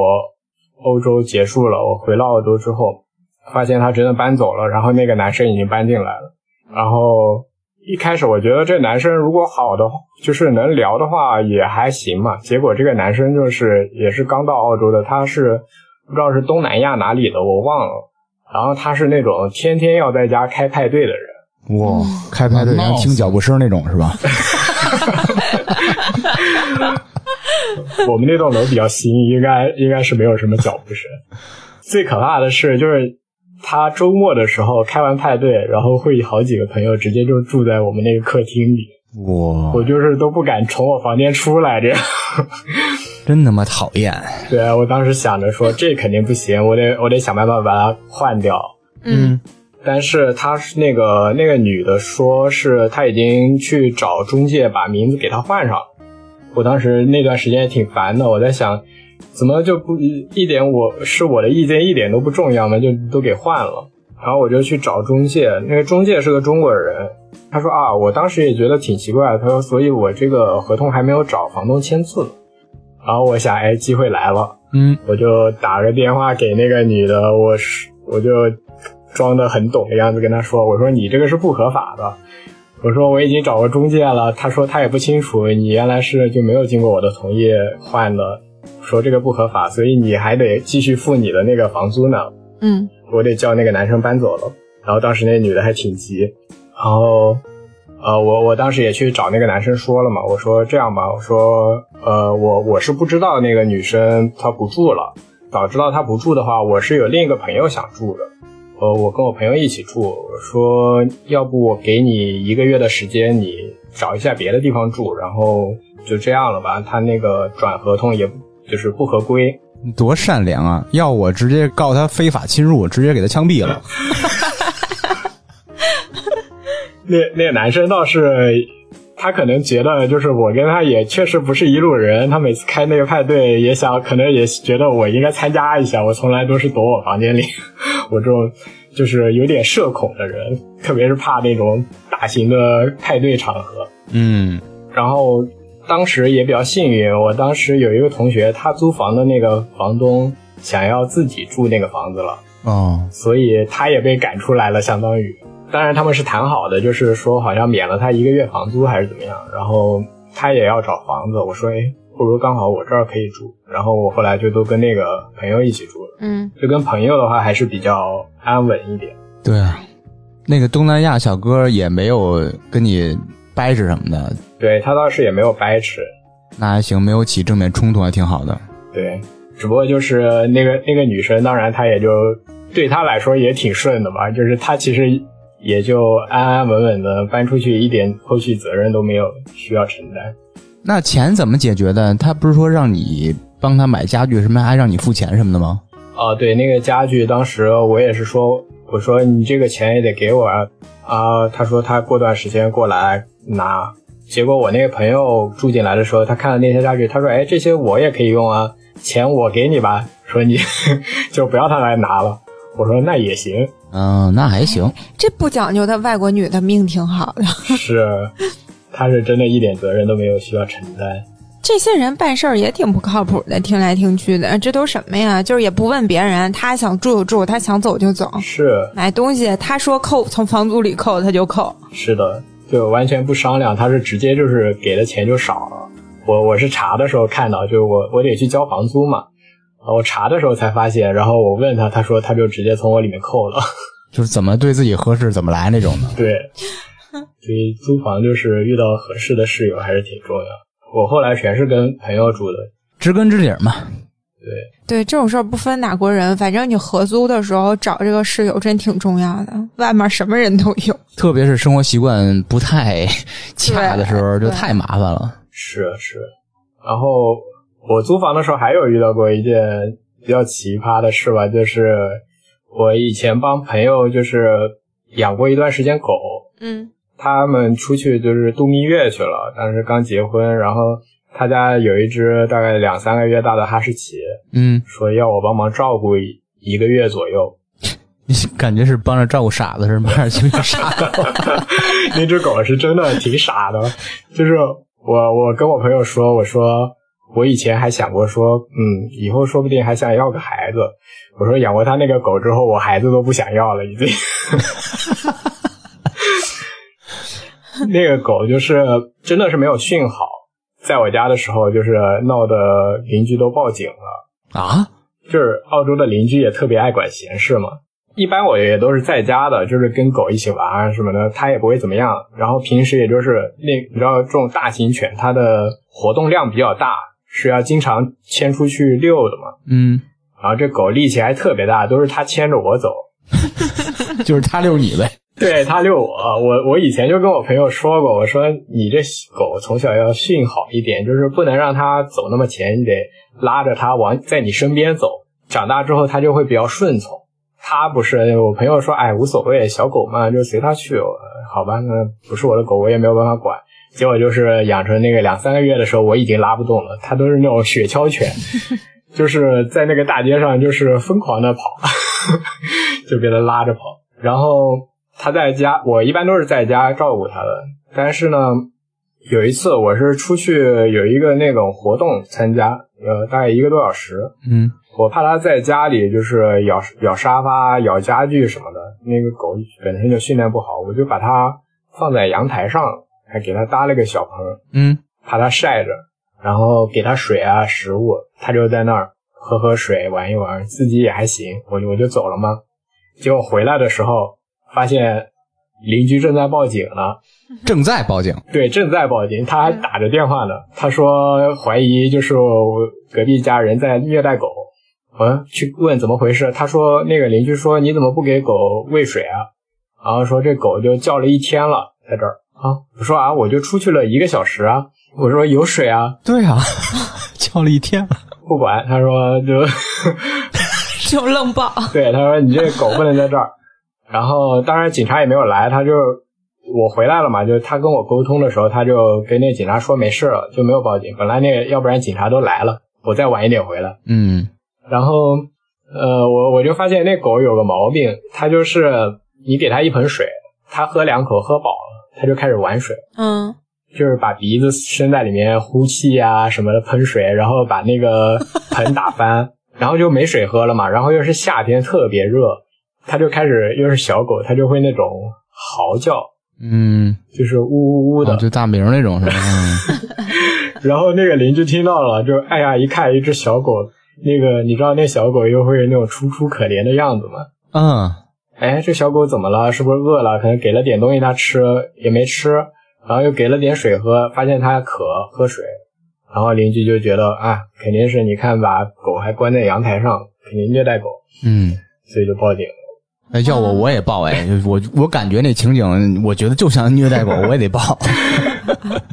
S4: 欧洲结束了，我回到澳洲之后，发现他真的搬走了，然后那个男生已经搬进来了。然后一开始我觉得这男生如果好的，就是能聊的话也还行嘛。结果这个男生就是也是刚到澳洲的，他是不知道是东南亚哪里的，我忘了。然后他是那种天天要在家开派对的人。
S3: 哇，开派对，然后听脚步声那种是吧？
S4: 我们那栋楼比较新，应该应该是没有什么脚步声。最可怕的是，就是他周末的时候开完派对，然后会好几个朋友直接就住在我们那个客厅里，
S3: 嗯
S5: 哇，
S4: 我就是都不敢从我房间出来这样。
S5: 真他妈讨厌！
S4: 对啊我当时想着说，这肯定不行，我得我得想办法把它换掉。
S2: 嗯，
S4: 但是他是那个那个女的说是她已经去找中介把名字给她换上了。我当时那段时间也挺烦的，我在想，怎么就不一点我是我的意见一点都不重要吗？就都给换了。然后我就去找中介，那个中介是个中国人，他说啊，我当时也觉得挺奇怪的，他说，所以我这个合同还没有找房东签字。然后我想，哎，机会来了，
S5: 嗯，
S4: 我就打个电话给那个女的，我是我就装的很懂的样子跟她说，我说你这个是不合法的，我说我已经找过中介了，她说她也不清楚，你原来是就没有经过我的同意换的，说这个不合法，所以你还得继续付你的那个房租呢，
S2: 嗯
S4: 我得叫那个男生搬走了。然后当时那女的还挺急，然后，呃，我我当时也去找那个男生说了嘛，我说这样吧，我说，呃，我我是不知道那个女生她不住了，早知道她不住的话，我是有另一个朋友想住的，呃，我跟我朋友一起住，我说要不我给你一个月的时间，你找一下别的地方住，然后就这样了吧，他那个转合同也就是不合规，
S3: 你嗯多善良啊！要我直接告他非法侵入，直接给他枪毙了。
S4: 那那个男生倒是，他可能觉得就是我跟他也确实不是一路人，他每次开那个派对也想，可能也觉得我应该参加一下，我从来都是躲我房间里， 我这种就是有点社恐的人，特别是怕那种大型的派对场合。
S3: 嗯，
S4: 然后当时也比较幸运，我当时有一个同学，他租房的那个房东想要自己住那个房子了。
S3: 嗯
S1: 哦，
S4: 所以他也被赶出来了，相当于。当然他们是谈好的，就是说好像免了他一个月房租还是怎么样，然后他也要找房子。我说，哎，不如刚好我这儿可以住。然后我后来就都跟那个朋友一起住了，
S2: 嗯，
S4: 就跟朋友的话还是比较安稳一点。
S5: 对啊，那个东南亚小哥也没有跟你掰扯什么的，
S4: 对他倒是也没有掰扯，
S5: 那还行，没有起正面冲突，还挺好的。
S4: 对，只不过就是那个那个女生，当然她也就对她来说也挺顺的吧，就是她其实也就安安稳稳的搬出去，一点后续责任都没有需要承担。
S5: 那钱怎么解决的？他不是说让你帮他买家具什么，还让你付钱什么的吗？
S4: 啊，对，那个家具，当时我也是说，我说你这个钱也得给我啊。啊，他说他过段时间过来拿。结果我那个朋友住进来的时候，他看了那些家具，他说：“哎，这些我也可以用啊，钱我给你吧。”说你 就不要他来拿了。我说那也行，
S5: 嗯，那还行。
S2: 这不讲究的外国女的命挺好的，
S4: 是，他是真的一点责任都没有需要承担。
S2: 这些人办事儿也挺不靠谱的，听来听去的，这都什么呀？就是也不问别人，他想住就住，他想走就走。
S4: 是
S2: 买东西，他说扣从房租里扣，他就扣。
S4: 是的，就完全不商量，他是直接就是给的钱就少了。我我是查的时候看到，就我我得去交房租嘛，啊我查的时候才发现，然后我问他，他说他就直接从我里面扣了。
S5: 就是怎么对自己合适怎么来那种的。
S4: 对，所以租房就是遇到合适的室友还是挺重要。我后来全是跟朋友住的，
S5: 知根知底儿嘛。
S4: 对，
S2: 对这种事儿不分哪国人，反正你合租的时候找这个室友真挺重要的，外面什么人都有。
S5: 特别是生活习惯不太恰的时候，
S2: 对
S5: 就太麻烦了。
S4: 是是。然后我租房的时候还有遇到过一件比较奇葩的事吧，就是我以前帮朋友就是养过一段时间狗，
S2: 嗯
S4: 他们出去就是度蜜月去了，当时刚结婚，然后他家有一只大概两三个月大的哈士奇，
S5: 嗯，
S4: 说要我帮忙照顾一一个月左右。
S5: 你感觉是帮着照顾傻子是吗？还是欺负傻子？
S4: 那只狗是真的挺傻的，就是我我跟我朋友说，我说我以前还想过说，嗯，以后说不定还想要个孩子。我说养过他那个狗之后，我孩子都不想要了，已经。 那个狗就是真的是没有训好，在我家的时候就是闹得邻居都报警了。
S5: 啊？
S4: 就是澳洲的邻居也特别爱管闲事嘛。一般我也都是在家的，就是跟狗一起玩啊什么的，它也不会怎么样。然后平时也就是那你知道这种大型犬，它的活动量比较大，是要经常牵出去遛的嘛。
S5: 嗯，
S4: 然后这狗力气还特别大，都是它牵着我走，
S5: 就是他遛你呗。
S4: 对它遛我。我我以前就跟我朋友说过，我说你这狗从小要训好一点，就是不能让它走那么前，你得拉着它往在你身边走。长大之后它就会比较顺从。它不是，我朋友说，哎，无所谓，小狗嘛，就随它去。我好吧，那不是我的狗，我也没有办法管。结果就是养成那个两三个月的时候，我已经拉不动了，它都是那种雪橇犬。 就是在那个大街上，就是疯狂的跑，就被他拉着跑。然后他在家，我一般都是在家照顾他的。但是呢，有一次我是出去有一个那种活动参加，呃，大概一个多小时。
S5: 嗯，
S4: 我怕它在家里就是咬咬沙发、啊咬家具什么的。那个狗本身就训练不好，我就把它放在阳台上，还给它搭了个小棚。
S5: 嗯，
S4: 怕它晒着，然后给它水啊、食物，它就在那儿喝喝水、玩一玩，自己也还行。我就我就走了嘛。结果回来的时候，发现邻居正在报警了，
S3: 正在报警，
S4: 对，正在报警，他还打着电话呢。他说怀疑就是我隔壁家人在虐待狗。我去问怎么回事，他说那个邻居说你怎么不给狗喂水啊？然后说这狗就叫了一天了，在这儿啊。我说啊，我就出去了一个小时啊。我说有水啊，
S5: 对啊， 叫了一天。
S4: 不管，他说就
S2: 就愣爆。
S4: 对，他说你这狗不能在这儿。然后当然警察也没有来，他就我回来了嘛，就他跟我沟通的时候，他就跟那警察说没事了，就没有报警。本来那个要不然警察都来了，我再晚一点回来。
S5: 嗯，
S4: 然后呃，我我就发现那狗有个毛病，它就是你给它一盆水，它喝两口喝饱了，它就开始玩水。
S2: 嗯，
S4: 就是把鼻子伸在里面呼气啊什么的喷水，然后把那个盆打翻，然后就没水喝了嘛。然后又是夏天特别热，它就开始又是小狗，它就会那种嚎叫，
S5: 嗯，
S4: 就是呜呜呜的。
S5: 哦就大名那 种是吧？嗯
S4: 然后那个邻居听到了，就哎呀一看一只小狗，那个你知道那小狗又会那种楚楚可怜的样子吗？
S5: 嗯，
S4: 哎，这小狗怎么了？是不是饿了？可能给了点东西它吃，也没吃，然后又给了点水喝，发现它渴，喝水。然后邻居就觉得啊，肯定是你看把狗还关在阳台上，肯定虐待狗，
S5: 嗯。
S4: 所以就报警了。
S5: 哎，要我我也报哎， 就是我我感觉那情景，我觉得就像虐待狗，我也得报。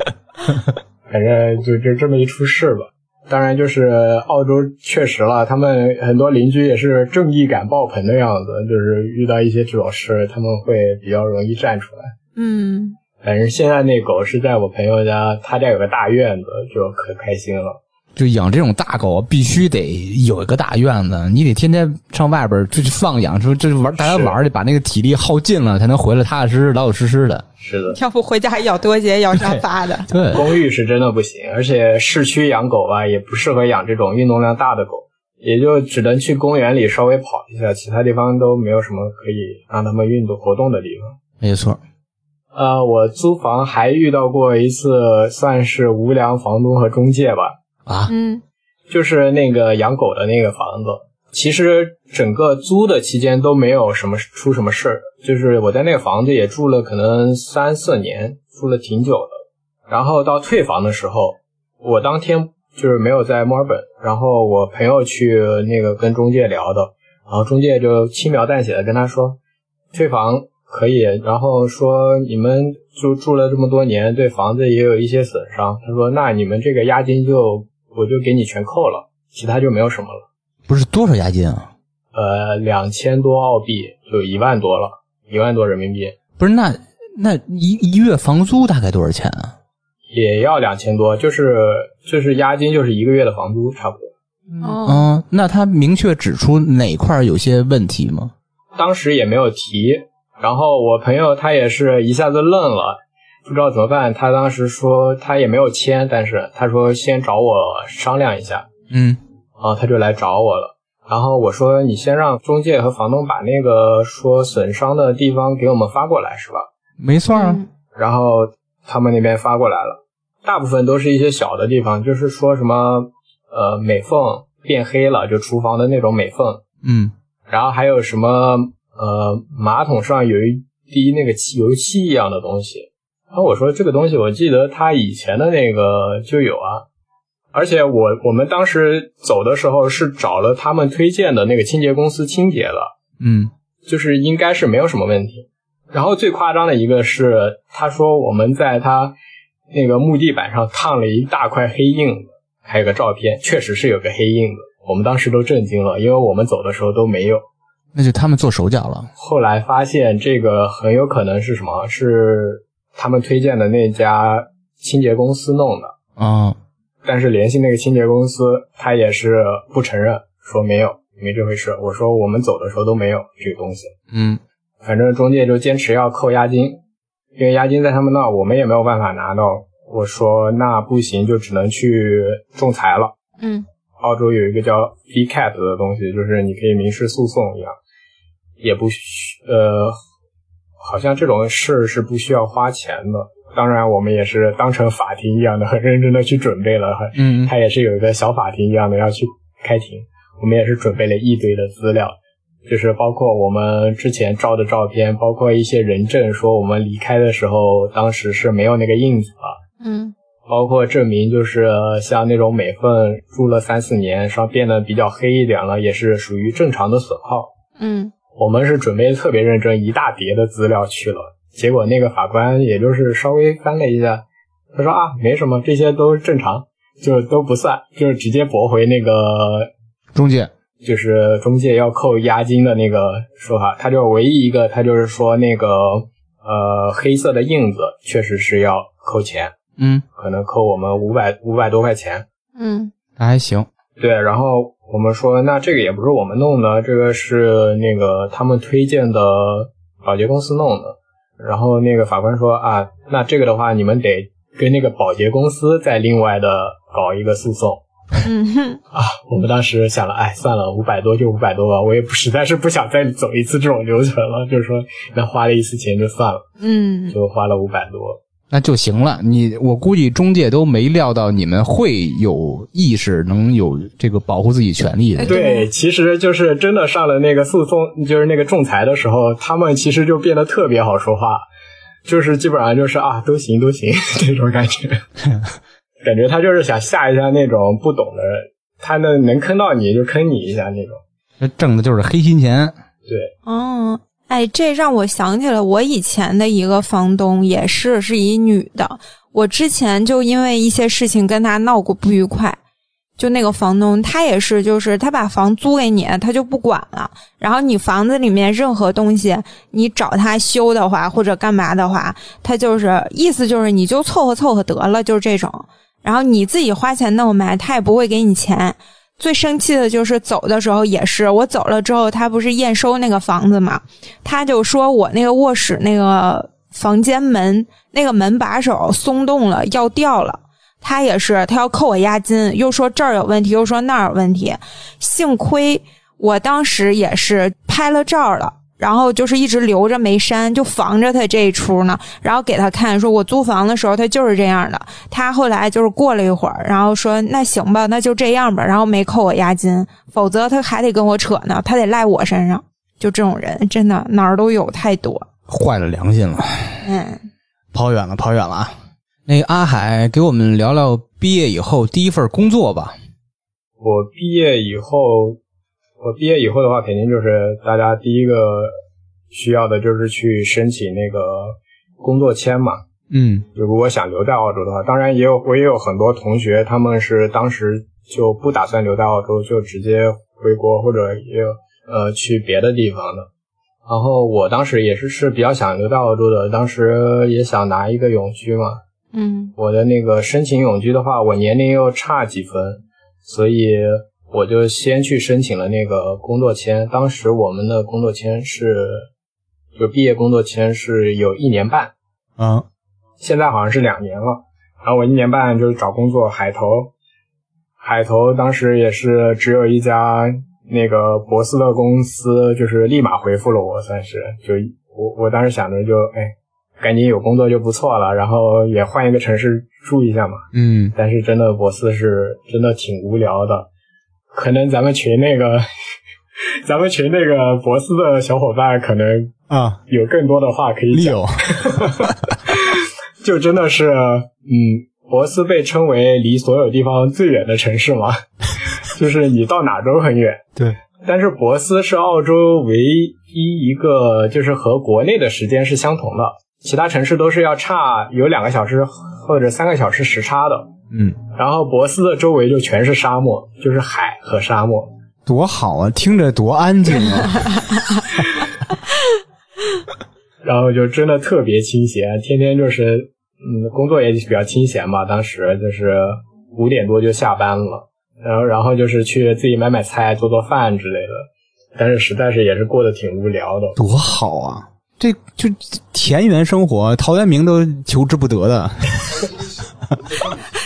S4: 反正就就这么一出事吧。当然，就是澳洲确实了，他们很多邻居也是正义感爆棚的样子，就是遇到一些这种事，他们会比较容易站出来。
S2: 嗯，
S4: 反正现在那狗是在我朋友家，他家有个大院子，就可开心了。
S5: 就养这种大狗，必须得有一个大院子，你得天天上外边儿就去放养，说这玩大家玩儿去，把那个体力耗尽了，才能回来踏踏实实、老老实实的。
S4: 是的，
S2: 要不回家还咬多杰、咬沙发的。
S5: 对，
S4: 公寓是真的不行，而且市区养狗吧也不适合养这种运动量大的狗，也就只能去公园里稍微跑一下，其他地方都没有什么可以让它们运动活动的地方。
S5: 没错。
S4: 呃，我租房还遇到过一次，算是无良房东和中介吧，
S5: 啊
S2: 嗯
S4: 就是那个养狗的那个房子。其实整个租的期间都没有什么出什么事儿，就是我在那个房子也住了可能三四年，住了挺久的。然后到退房的时候，我当天就是没有在墨尔本，然后我朋友去那个跟中介聊的，然后中介就轻描淡写的跟他说，退房可以，然后说你们住住了这么多年，对房子也有一些损伤。他说那你们这个押金就我就给你全扣了，其他就没有什么了。
S5: 不是多少押金啊？
S4: 呃，两千多澳币就一万多了，一万多人民币
S5: 不是，那那一一月房租大概多少钱啊？
S4: 也要两千多，就是就是押金就是一个月的房租差不多。
S2: 哦，
S5: 嗯，那他明确指出哪块儿有些问题吗？
S4: 当时也没有提，然后我朋友他也是一下子愣了，不知道怎么办。他当时说他也没有签，但是他说先找我商量一下。
S5: 嗯
S4: 然后他就来找我了。然后我说：“你先让中介和房东把那个说损伤的地方给我们发过来，是吧
S5: 没错啊。
S2: 嗯？”
S4: 然后他们那边发过来了，大部分都是一些小的地方，就是说什么呃美缝变黑了，就厨房的那种美缝，
S5: 嗯
S4: 然后还有什么呃马桶上有一滴那个漆油漆一样的东西。然后我说这个东西我记得他以前的那个就有啊，而且我我们当时走的时候是找了他们推荐的那个清洁公司清洁了，
S5: 嗯，
S4: 就是应该是没有什么问题。然后最夸张的一个是，他说我们在他那个木地板上烫了一大块黑印子，还有个照片，确实是有个黑印子。我们当时都震惊了，因为我们走的时候都没有。
S5: 那就他们做手脚了。
S4: 后来发现这个很有可能是什么？是他们推荐的那家清洁公司弄的。
S5: 啊，
S4: 但是联系那个清洁公司，他也是不承认，说没有，没这回事。我说我们走的时候都没有这个东西，
S5: 嗯，
S4: 反正中介就坚持要扣押金，因为押金在他们那，我们也没有办法拿到。我说那不行，就只能去仲裁了。
S2: 嗯，
S4: 澳洲有一个叫 VCAT 的东西，就是你可以民事诉讼一样，也不需呃，好像这种事是不需要花钱的。当然，我们也是当成法庭一样的，很认真的去准备了，很
S5: 嗯
S4: 他也是有一个小法庭一样的要去开庭，我们也是准备了一堆的资料，就是包括我们之前照的照片，包括一些人证，说我们离开的时候当时是没有那个印子的，
S2: 嗯
S4: 包括证明就是呃像那种美缝住了三四年，上变得比较黑一点了，也是属于正常的损耗。
S2: 嗯
S4: 我们是准备得特别认真，一大叠的资料去了，结果那个法官也就是稍微翻了一下，他说啊，没什么，这些都正常，就都不算，就是直接驳回那个
S5: 中介，
S4: 就是中介要扣押金的那个说法，他就唯一一个，他就是说那个呃黑色的印子确实是要扣钱，
S5: 嗯，
S4: 可能扣我们五百五百多块钱，
S2: 嗯
S5: 那还行，
S4: 对，然后我们说，那这个也不是我们弄的，这个是那个他们推荐的保洁公司弄的。然后那个法官说啊，那这个的话，你们得跟那个保洁公司再另外的搞一个诉讼。
S2: 嗯哼
S4: 我们当时想了，哎，算了，五百多就五百多吧，我也不实在是不想再走一次这种流程了，就是说，那花了一次钱就算了，
S2: 嗯
S4: 就花了五百多。
S5: 那就行了。你我估计中介都没料到你们会有意识，能有这个保护自己权 利的。
S4: 哎对，其实就是真的上了那个诉讼，就是那个仲裁的时候，他们其实就变得特别好说话，就是基本上就是啊，都行都行 这种感觉，感觉他就是想吓一吓那种不懂的人，他能能坑到你就坑你一下那种。
S5: 这挣的就是黑心钱。
S2: 哦，哎，这让我想起了我以前的一个房东，也是是一女的。我之前就因为一些事情跟她闹过不愉快，就那个房东，他也是，就是他把房租给你，他就不管了。然后你房子里面任何东西，你找他修的话，或者干嘛的话，他就是意思就是你就凑合凑合得了，就是这种。然后你自己花钱弄埋，他也不会给你钱。最生气的就是走的时候也是，我走了之后，他不是验收那个房子嘛，他就说我那个卧室那个房间门那个门把手松动了，要掉了。他也是，他要扣我押金，又说这儿有问题，又说那儿有问题。幸亏我当时也是拍了照了，然后就是一直留着没删，就防着他这一出呢。然后给他看，说我租房的时候他就是这样的。他后来就是过了一会儿，然后说那行吧，那就这样吧，然后没扣我押金，否则他还得跟我扯呢，他得赖我身上。就这种人，真的哪儿都有，太多。
S5: 坏了良心了，
S2: 嗯
S5: 跑远了，跑远了啊！那个阿海给我们聊聊毕业以后第一份工作吧。
S4: 我毕业以后，我毕业以后的话，肯定就是大家第一个需要的就是去申请那个工作签嘛。
S5: 嗯
S4: 如果想留在澳洲的话，当然也有我也有很多同学，他们是当时就不打算留在澳洲，就直接回国或者也有呃去别的地方的。然后我当时也是是比较想留在澳洲的，当时也想拿一个永居嘛。
S2: 嗯
S4: 我的那个申请永居的话，我年龄又差几分，所以我就先去申请了那个工作签。当时我们的工作签是，就毕业工作签是有一年半。
S5: 啊，
S4: 现在好像是两年了。然后我一年半就是找工作，海投，海投当时也是只有一家那个博斯的公司，就是立马回复了我，算是就我我当时想着就哎，赶紧有工作就不错了，然后也换一个城市住一下嘛。
S5: 嗯，
S4: 但是真的博斯是真的挺无聊的，可能咱们群那个 咱们群那个博斯的小伙伴可能
S5: 啊，
S4: 有更多的话可以讲。就真的是，嗯，博斯被称为离所有地方最远的城市嘛， 就是你到哪都很远。
S6: 对，
S4: 但是博斯是澳洲唯一一个就是和国内的时间是相同的，其他城市都是要差有两个小时或者三个小时时差的。
S6: 嗯，
S4: 然后博斯的周围就全是沙漠，就是海和沙漠。
S6: 多好啊，听着多安静 啊！
S4: 然后就真的特别清闲，天天就是，嗯，工作也比较清闲嘛。当时就是五点多就下班了，然后然后就是去自己买买菜、做做饭之类的。但是实在是也是过得挺无聊的。
S6: 多好啊！这就田园生活，陶渊明都求之不得的。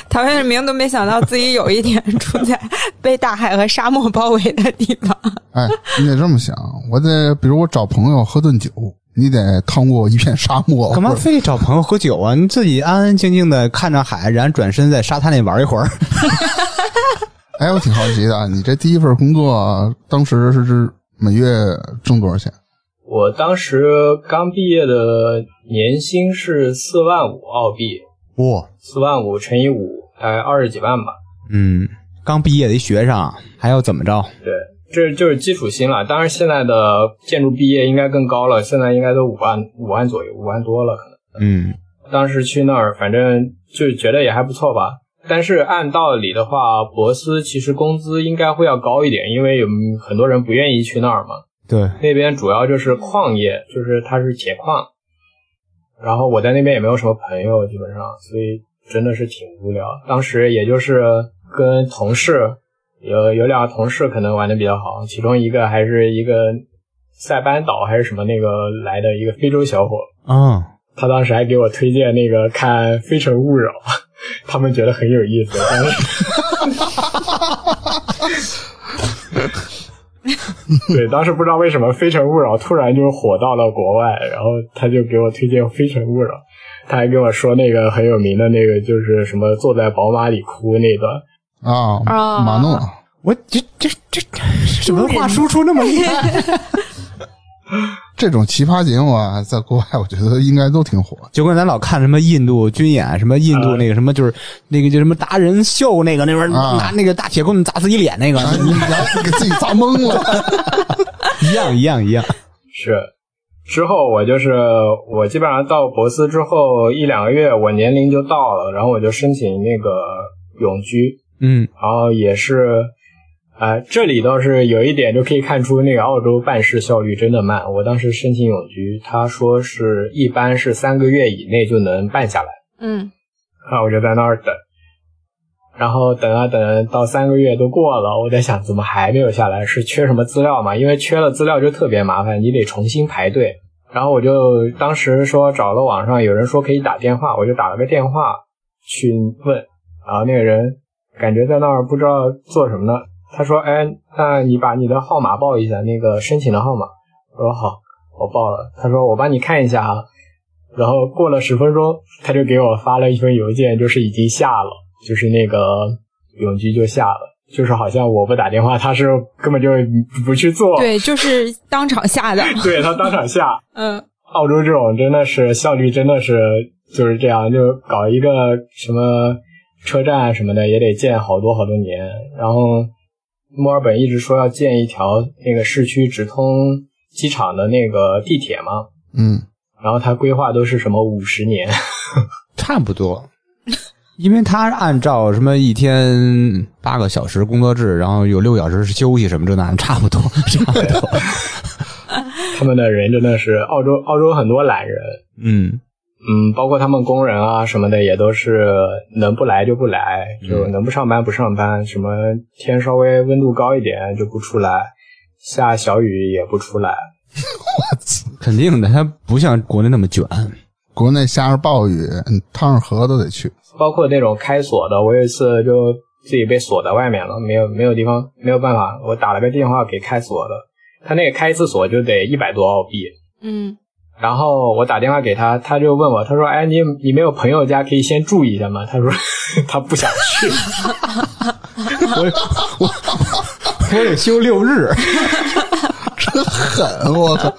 S2: 陶渊明都没想到自己有一天住在被大海和沙漠包围的地方。
S1: 哎，你得这么想，我得比如我找朋友喝顿酒，你得趟过一片沙漠，
S6: 哦干嘛
S1: 或者
S6: 非得找朋友喝酒啊？你自己安安静静的看着海，然后转身在沙滩里玩一会儿。
S1: 哎，我挺好奇的，你这第一份工作当时是每月挣多少钱？
S4: 我当时刚毕业的年薪是四万五澳币，
S6: 哇、
S4: 四万五乘以五，大概二十几万吧。
S6: 嗯，刚毕业的一学生啊还要怎么着？
S4: 对，这就是基础薪了。当然，现在的建筑毕业应该更高了，现在应该都五万五万左右，五万多了可能。
S6: 嗯，
S4: 当时去那儿，反正就觉得也还不错吧。但是按道理的话，博斯其实工资应该会要高一点，因为有很多人不愿意去那儿嘛。
S6: 对，
S4: 那边主要就是矿业，就是它是铁矿。然后我在那边也没有什么朋友，基本上，所以真的是挺无聊。当时也就是跟同事，有有两个同事可能玩的比较好，其中一个还是一个塞班岛还是什么那个来的一个非洲小伙，
S6: 嗯，
S4: 他当时还给我推荐那个看《非诚勿扰》， 他们觉得很有意思。但是，对，当时不知道为什么《非诚勿扰》突然就火到了国外，然后他就给我推荐《非诚勿扰》，他还跟我说那个很有名的那个就是什么坐在宝马里哭那段。
S1: 啊，
S2: 啊
S1: 马诺，
S6: 我这这这这文化输出那么厉 害，
S1: 这种奇葩节目啊，在国外我觉得应该都挺火。
S6: 就跟咱老看什么印度军演，啊什么印度那个什么就是那个叫什么达人秀那个那边
S1: 啊
S6: 拿那个大铁棍砸自己脸那个
S1: 啊，你然后给自己砸懵了。
S6: 一样一样一样。
S4: 是，之后我就是我基本上到博斯之后一两个月，我年龄就到了，然后我就申请那个永居。
S6: 嗯，
S4: 然后也是，呃，这里倒是有一点就可以看出那个澳洲办事效率真的慢。我当时申请永居，他说是一般是三个月以内就能办下来，
S2: 嗯，
S4: 啊，我就在那儿等，然后等啊等，到三个月都过了，我在想怎么还没有下来？是缺什么资料吗？因为缺了资料就特别麻烦，你得重新排队。然后我就当时说找了网上有人说可以打电话，我就打了个电话去问，然后那个人感觉在那儿不知道做什么呢，他说：“哎，那你把你的号码报一下，那个申请的号码。”我说：“好，我报了。”他说：“我帮你看一下啊。”然后过了十分钟，他就给我发了一封邮件，就是已经下了，就是那个永居就下了，就是好像我不打电话，他是根本就不去做，
S2: 对，就是当场吓的。
S4: 对他当场下。
S2: 嗯，
S4: 澳洲这种真的是效率真的是就是这样，就搞一个什么车站啊什么的也得建好多好多年。然后墨尔本一直说要建一条那个市区直通机场的那个地铁嘛，
S1: 嗯，
S4: 然后它规划都是什么五十年，
S6: 差不多，因为他按照什么一天八个小时工作制，然后有六个小时是休息什么这那，差不多， 差不多。
S4: 他们的人真的是澳洲澳洲很多懒人，
S6: 嗯，
S4: 嗯，包括他们工人啊什么的，也都是能不来就不来，就能不上班不上班，什么天稍微温度高一点就不出来，下小雨也不出来。
S6: 肯定的，他不像国内那么卷。
S1: 国内下着暴雨，嗯趟上河都得去。
S4: 包括那种开锁的，我有一次就自己被锁在外面了，没有没有地方没有办法，我打了个电话给开锁的，他那个开一次锁就得一百多澳币，
S2: 嗯，
S4: 然后我打电话给他，他就问我，他说：“哎，你你没有朋友家可以先住一下吗？”他说 他不想去。
S6: 我得休六日，
S1: 真狠！我操，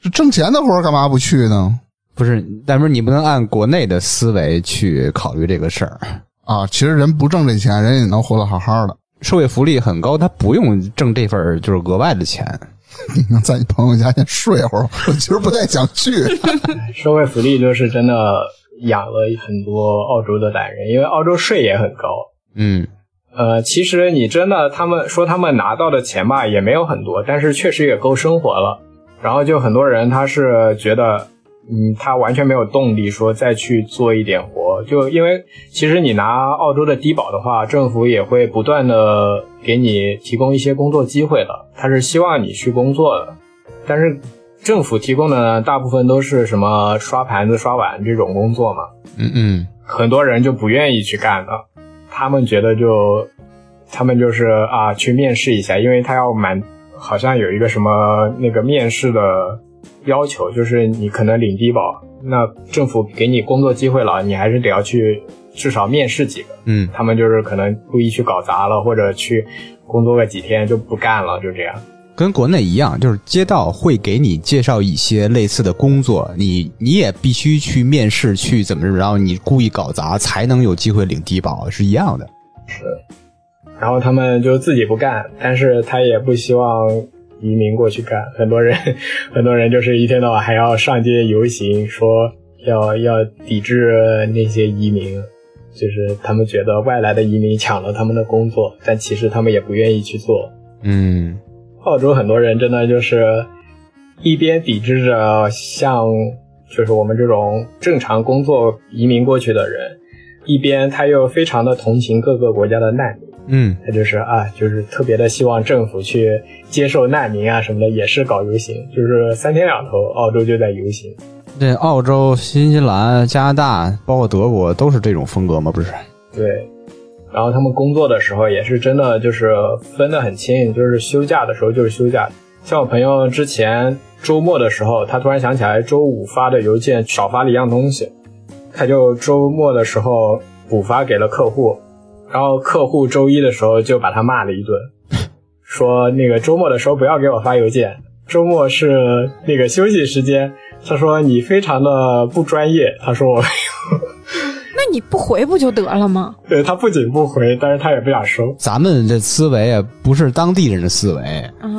S1: 这挣钱的活儿干嘛不去呢？
S3: 不是，但是你不能按国内的思维去考虑这个事儿。
S1: 啊，其实人不挣这钱，人也能活得好好的。
S3: 社会福利很高，他不用挣这份儿就是额外的钱。
S1: 你能在你朋友家先睡会儿，我其实不太想去。
S4: 社会福利就是真的养了很多澳洲的懒人，因为澳洲税也很高。
S3: 嗯，
S4: 呃，其实你真的，他们说他们拿到的钱吧，也没有很多，但是确实也够生活了。然后就很多人他是觉得，嗯，他完全没有动力说再去做一点活，就因为其实你拿澳洲的低保的话，政府也会不断的给你提供一些工作机会的，他是希望你去工作的。但是政府提供的呢，大部分都是什么刷盘子、刷碗这种工作嘛，
S3: 嗯嗯，
S4: 很多人就不愿意去干了。他们觉得就，他们就是啊，去面试一下，因为他要满，好像有一个什么那个面试的要求，就是你可能领低保，那政府给你工作机会了，你还是得要去至少面试几个。
S3: 嗯，
S4: 他们就是可能故意去搞砸了，或者去工作个几天就不干了，就这样。
S3: 跟国内一样，就是街道会给你介绍一些类似的工作，你你也必须去面试，去怎么着，然后你故意搞砸才能有机会领低保，是一样的。
S4: 然后他们就自己不干，但是他也不希望移民过去干。很多人， 很多人就是一天到晚还要上街游行，说要要抵制那些移民，就是他们觉得外来的移民抢了他们的工作，但其实他们也不愿意去做。
S3: 嗯，
S4: 澳洲很多人真的就是一边抵制着像就是我们这种正常工作移民过去的人，一边他又非常的同情各个国家的难民。
S3: 嗯，
S4: 他就是啊，就是特别的希望政府去接受难民啊什么的，也是搞游行，就是三天两头澳洲就在游行。
S3: 这澳洲、新西兰、加拿大，包括德国，都是这种风格吗？不是，
S4: 对，然后他们工作的时候也是真的就是分得很清，就是休假的时候就是休假。像我朋友之前周末的时候，他突然想起来周五发的邮件少发了一样东西，他就周末的时候补发给了客户，然后客户周一的时候就把他骂了一顿， 说那个周末的时候不要给我发邮件，周末是那个休息时间。他说你非常的不专业，他说我
S2: 那你不回不就得了吗？
S4: 对呃他不仅不回，但是他也不想收。
S3: 咱们这思维啊，不是当地人的思维，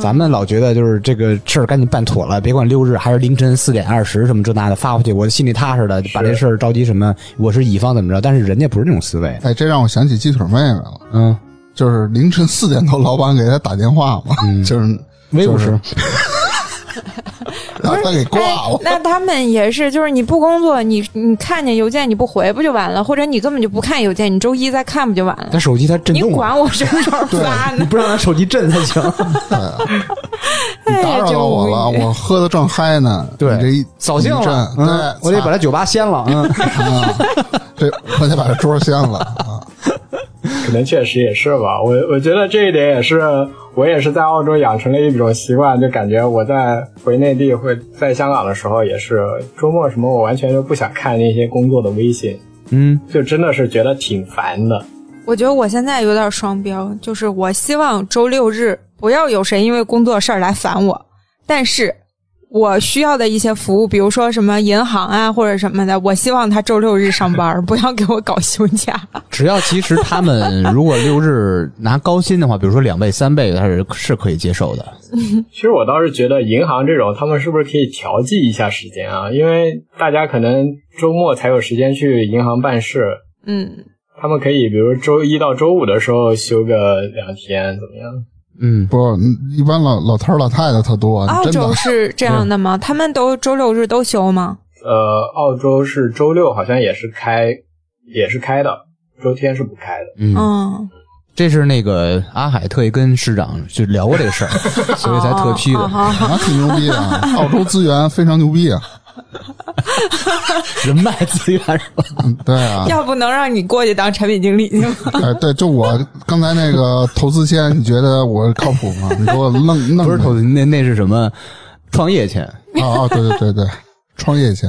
S3: 咱们老觉得就是这个事儿赶紧办妥了，别管六日还是凌晨四点二十什么这那的发过去，我心里踏实了，把这事儿着急什么，我是乙方怎么着？但是人家不是那种思维，
S1: 哎，这让我想起鸡腿妹妹了，
S3: 嗯，
S1: 就是凌晨四点多，老板给他打电话嘛，就是
S3: 威武
S1: 就是
S3: 是，
S1: 让他给挂了。
S2: 哎那他们也是，就是你不工作，你你看见邮件你不回不就完了？或者你根本就不看邮件，你周一再看不就完了？
S3: 但手机它震
S2: 你
S3: 动啊，
S2: 管我什么时候发
S3: 你
S2: 呢？
S3: 不让他手机震才行。
S1: 你打
S2: 哎呀，
S1: 扰
S2: 就
S1: 到我了，我喝的正嗨呢。
S3: 对
S1: 你这一
S3: 扫兴
S1: 一
S3: 了
S1: 震，对
S3: 嗯，，我得把
S1: 它
S3: 他酒吧掀了，嗯，
S1: 这，我得把这桌掀了啊！
S4: 可能确实也是吧，我我觉得这一点也是，我也是在澳洲养成了一种习惯，就感觉我在回内地或在香港的时候，也是周末什么，我完全就不想看那些工作的微信，
S3: 嗯，
S4: 就真的是觉得挺烦的。
S2: 我觉得我现在有点双标，就是我希望周六日不要有谁因为工作事儿来烦我，但是我需要的一些服务，比如说什么银行啊或者什么的，我希望他周六日上班， 不要给我搞休假。
S3: 只要其实他们如果六日拿高薪的话，比如说两倍、三倍，他是是可以接受的。
S4: 其实我倒是觉得银行这种，他们是不是可以调剂一下时间啊？因为大家可能周末才有时间去银行办事，
S2: 嗯，
S4: 他们可以比如周一到周五的时候休个两天，怎么样？
S3: 嗯，
S1: 不，一般老老头儿老太太特多，
S2: 澳
S1: 啊真
S2: 洲
S1: 的。
S2: 是这样的吗？他们都周六日都休吗？
S1: 嗯
S4: 呃，澳洲是周六好像也是开，也是开的，周天是不开的。
S2: 嗯，
S3: 这是那个阿海特意跟市长就聊过这个事 儿，所以才特批
S2: 哦
S3: 的。
S2: 哦哦
S1: 啊，挺牛逼啊！澳洲资源非常牛逼啊！
S3: 人脉资源是吧？
S1: 嗯对啊，
S2: 要不能让你过去当产品经理去吗？
S1: 哎，对，就我刚才那个投资签，你觉得我靠谱吗？你给我弄弄
S3: 不是投资，那那是什么？创业钱。
S1: 啊啊！对对对对，创业去。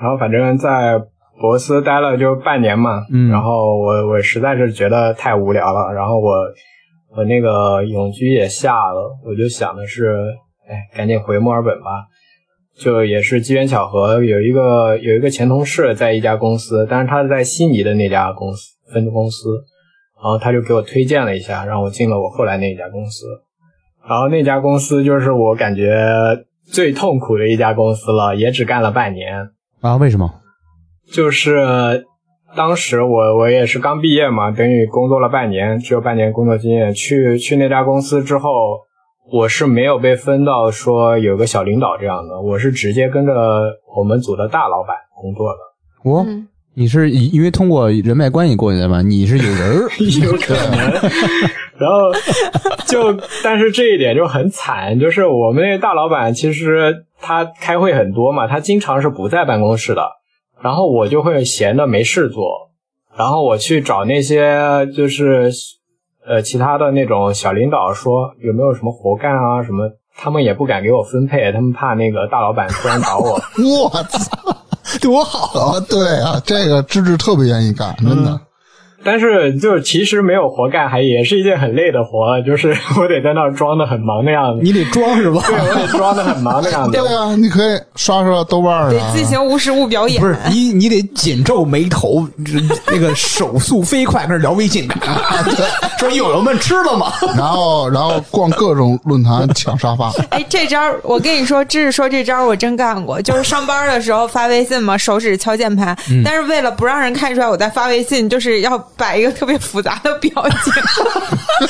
S4: 然后反正在博斯待了就半年嘛，
S3: 嗯
S4: 然后我我实在是觉得太无聊了，然后我我那个永居也下了，我就想的是，哎，赶紧回墨尔本吧。就也是机缘巧合，有一个有一个前同事在一家公司，但是他是在悉尼的那家公司分公司，然后他就给我推荐了一下，让我进了我后来那一家公司。然后那家公司就是我感觉最痛苦的一家公司了，也只干了半年。
S6: 啊？为什么？
S4: 就是当时我我也是刚毕业嘛，等于工作了半年，只有半年工作经验。去去那家公司之后，我是没有被分到说有个小领导这样的，我是直接跟着我们组的大老板工作的。
S1: 哦
S6: 我、
S2: 嗯
S5: 你是以因为通过人脉关系过去的吧？你是有人 儿，
S4: 有可能。然后就，但是这一点就很惨，就是我们那个大老板其实他开会很多嘛，他经常是不在办公室的，然后我就会闲的没事做，然后我去找那些就是呃其他的那种小领导说有没有什么活干啊什么。他们也不敢给我分配，他们怕那个大老板突然找我，
S1: 我操，多好啊！对啊，这个芝芝特别愿意干，真
S3: 嗯
S1: 的。
S4: 但是就是其实没有活干，还也是一件很累的活，就是我得在那儿装的很忙的样子，
S5: 你得装是吧？
S4: 对我得装的很忙的样子
S1: 对。啊，你可以刷刷豆瓣儿
S2: 得
S1: 啊。
S2: 进行无实物表演
S5: 不。是你，你得紧皱眉头，这那个手速飞快，跟那聊微信， 说友友们吃了吗？
S1: 然后，然后逛各种论坛抢沙发，
S2: 哎，这招儿我跟你说，芝芝说这招儿我真干过，就是上班的时候发微信嘛，手指敲键盘，
S5: 嗯
S2: 但是为了不让人看出来我在发微信，就是要摆一个特别复杂的表 情，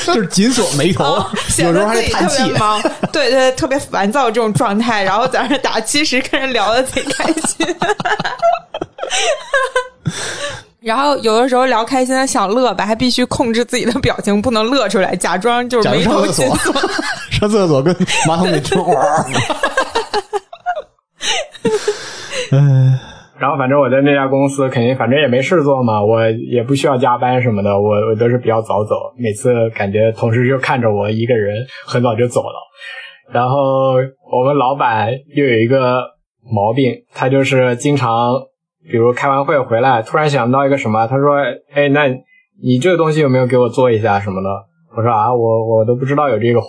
S5: 就是紧锁眉头，哦有
S2: 显
S5: 时
S2: 得
S5: 候还得
S2: 自己
S5: 叹
S2: 特
S5: 气
S2: 别。忙，对对对，特别烦躁这种状态，然后在那打七十跟人聊的贼开心。 然后有的时候聊开心了想乐吧，还必须控制自己的表情，不能乐出来，假装就是
S5: 假如
S2: 眉
S5: 上
S2: 头
S5: 厕
S2: 紧
S5: 所
S2: 锁。，
S5: 上厕所跟马桶里吃火。
S4: 然后反正我在那家公司肯定反正也没事做嘛，我也不需要加班什么的，我我都是比较早走，每次感觉同事就看着我一个人很早就走了。然后我们老板又有一个毛病，他就是经常，比如开完会回来，突然想到一个什么，他说：“哎，那你这个东西有没有给我做一下什么的？”我说：“啊，我我都不知道有这个活。”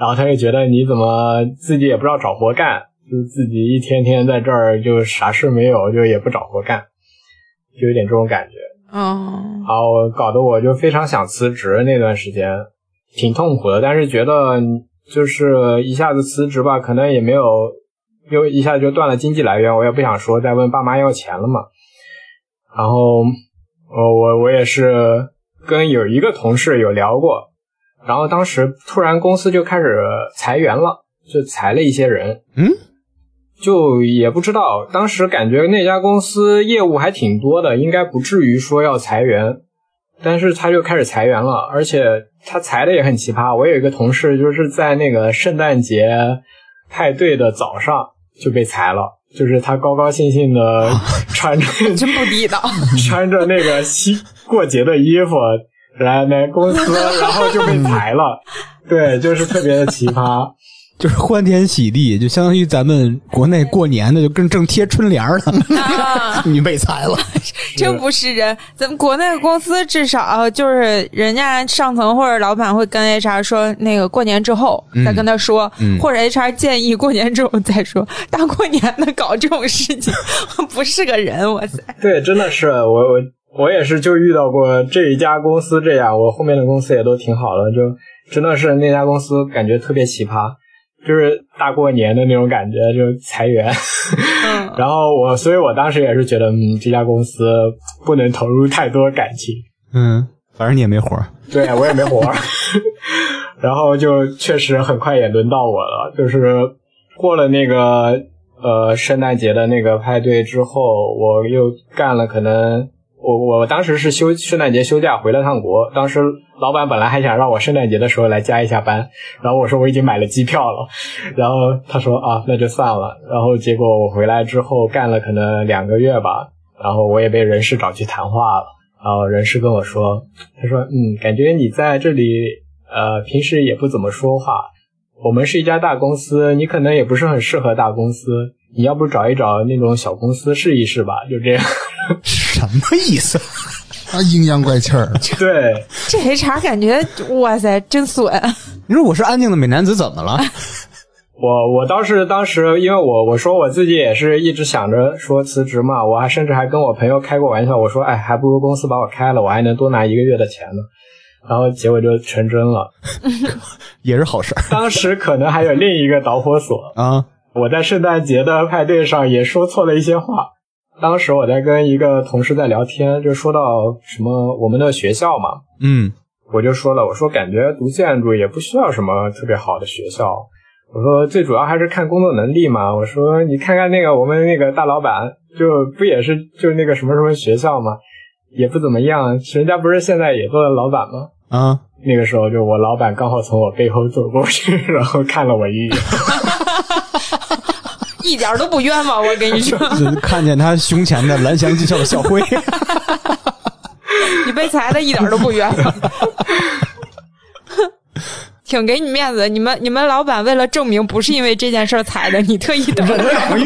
S4: 然后他就觉得你怎么自己也不知道找活干，就是自己一天天在这儿就啥事没有，就也不找活干，就有点这种感觉。
S2: 嗯，
S4: 然后搞得我就非常想辞职，那段时间挺痛苦的，但是觉得就是一下子辞职吧，可能也没有，又一下就断了经济来源，我也不想说再问爸妈要钱了嘛。然后，呃，我我也是跟有一个同事有聊过，然后当时突然公司就开始裁员了，就裁了一些人。
S6: 嗯。
S4: 就也不知道，当时感觉那家公司业务还挺多的，应该不至于说要裁员，但是他就开始裁员了，而且他裁的也很奇葩。我有一个同事就是在那个圣诞节派对的早上就被裁了，就是他高高兴兴的穿着
S2: 真不地道。
S4: 穿着那个西过节的衣服 来来公司，然后就被裁了。对，就是特别的奇葩。
S5: 就是欢天喜地，就相当于咱们国内过年的，就跟正贴春联儿呢，
S2: 啊
S5: 你被裁了。
S2: 真不是人，咱们国内的公司至少就是人家上层或者老板会跟 HR 说，那个过年之后再跟他说，或者 HR 建议过年之后再说。大过年的搞这种事情， 不是个人，哇塞！
S4: 对，真的是我我我也是就遇到过这一家公司这样，我后面的公司也都挺好的，就真的是那家公司感觉特别奇葩，就是大过年的那种感觉，就裁员。
S2: 嗯，
S4: 然后我，所以我当时也是觉得，嗯，这家公司不能投入太多感情。
S5: 嗯，反正你也没活儿。
S4: 对我也没活儿。 然后就确实很快也轮到我了，就是过了那个呃圣诞节的那个派对之后，我又干了可能。我我当时是休圣诞节休假回了趟国，当时老板本来还想让我圣诞节的时候来加一下班，然后我说我已经买了机票了，然后他说啊那就算了，然后结果我回来之后干了可能两个月吧，然后我也被人事找去谈话了，然后人事跟我说他说：“嗯，感觉你在这里，呃，平时也不怎么说话。我们是一家大公司，你可能也不是很适合大公司。你要不找一找那种小公司试一试吧？就这样。
S5: 什么意思？
S1: 啊，阴阳怪气儿，
S4: 对，
S2: 这 HR 感觉哇塞真损，
S5: 你说我是安静的美男子，怎么了？
S4: 我我倒是当时，因为我我说我自己也是一直想着说辞职嘛，我还甚至还跟我朋友开过玩笑，我说哎，还不如公司把我开了，我还能多拿一个月的钱呢。然后结果就成真了。
S6: 也是好事儿
S4: 当时可能还有另一个导火索，
S6: 啊。
S4: 我在圣诞节的派对上也说错了一些话。当时我在跟一个同事在聊天，就说到什么我们的学校嘛，
S6: 嗯，
S4: 我就说了，我说感觉读建筑也不需要什么特别好的学校，我说最主要还是看工作能力嘛。我说你看看那个我们那个大老板，就不也是就那个什么什么学校嘛，也不怎么样，人家不是现在也做了老板吗？
S6: 啊，
S4: 那个时候就我老板刚好从我背后走过去， 然后看了我一眼，
S2: 一点都不冤枉，我跟你说，
S6: 就是看见他胸前的蓝翔技校的校徽，
S2: 你被裁的一点都不冤枉， 挺给你面子的。你们你们老板为了证明不是因为这件事儿裁的，你特意等了两个月，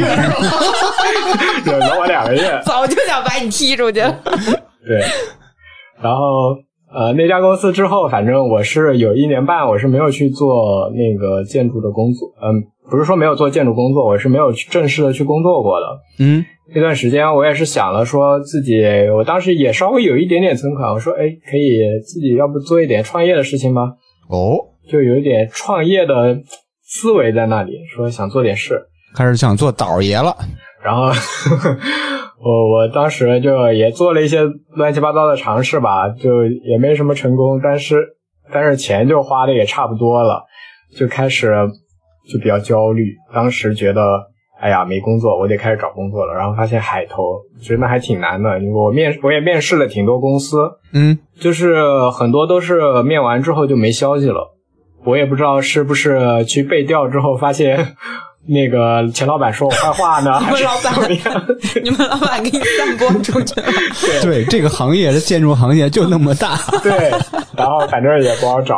S4: 忍了我两个月。
S2: 早就想把你踢出去了。
S4: 对，然后呃，那家公司之后，反正我是有一年半，我是没有去做那个建筑的工作，嗯、不是说没有做建筑工作，我是没有去正式的去工作过的。
S6: 嗯，
S4: 那段时间我也是想了，说自己，我当时也稍微有一点点存款，我说，哎，可以自己要不做一点创业的事情吗？
S6: 哦，
S4: 就有一点创业的思维在那里，说想做点事。
S6: 开始想做倒爷了，
S4: 然后我我当时就也做了一些乱七八糟的尝试吧，就也没什么成功，但是但是钱就花的也差不多了，就开始就比较焦虑。当时觉得，哎呀，没工作，我得开始找工作了。然后发现海投真的还挺难的，因为我面我也面试了挺多公司，
S6: 嗯，
S4: 就是很多都是面完之后就没消息了，我也不知道是不是去背调之后发现那个钱老板说我坏话呢，还是
S2: 老板
S4: 怎么样？
S2: 你们老板给你散播出去了，
S6: 对，这个行业，这建筑行业就那么大，
S4: 对，然后反正也不好找。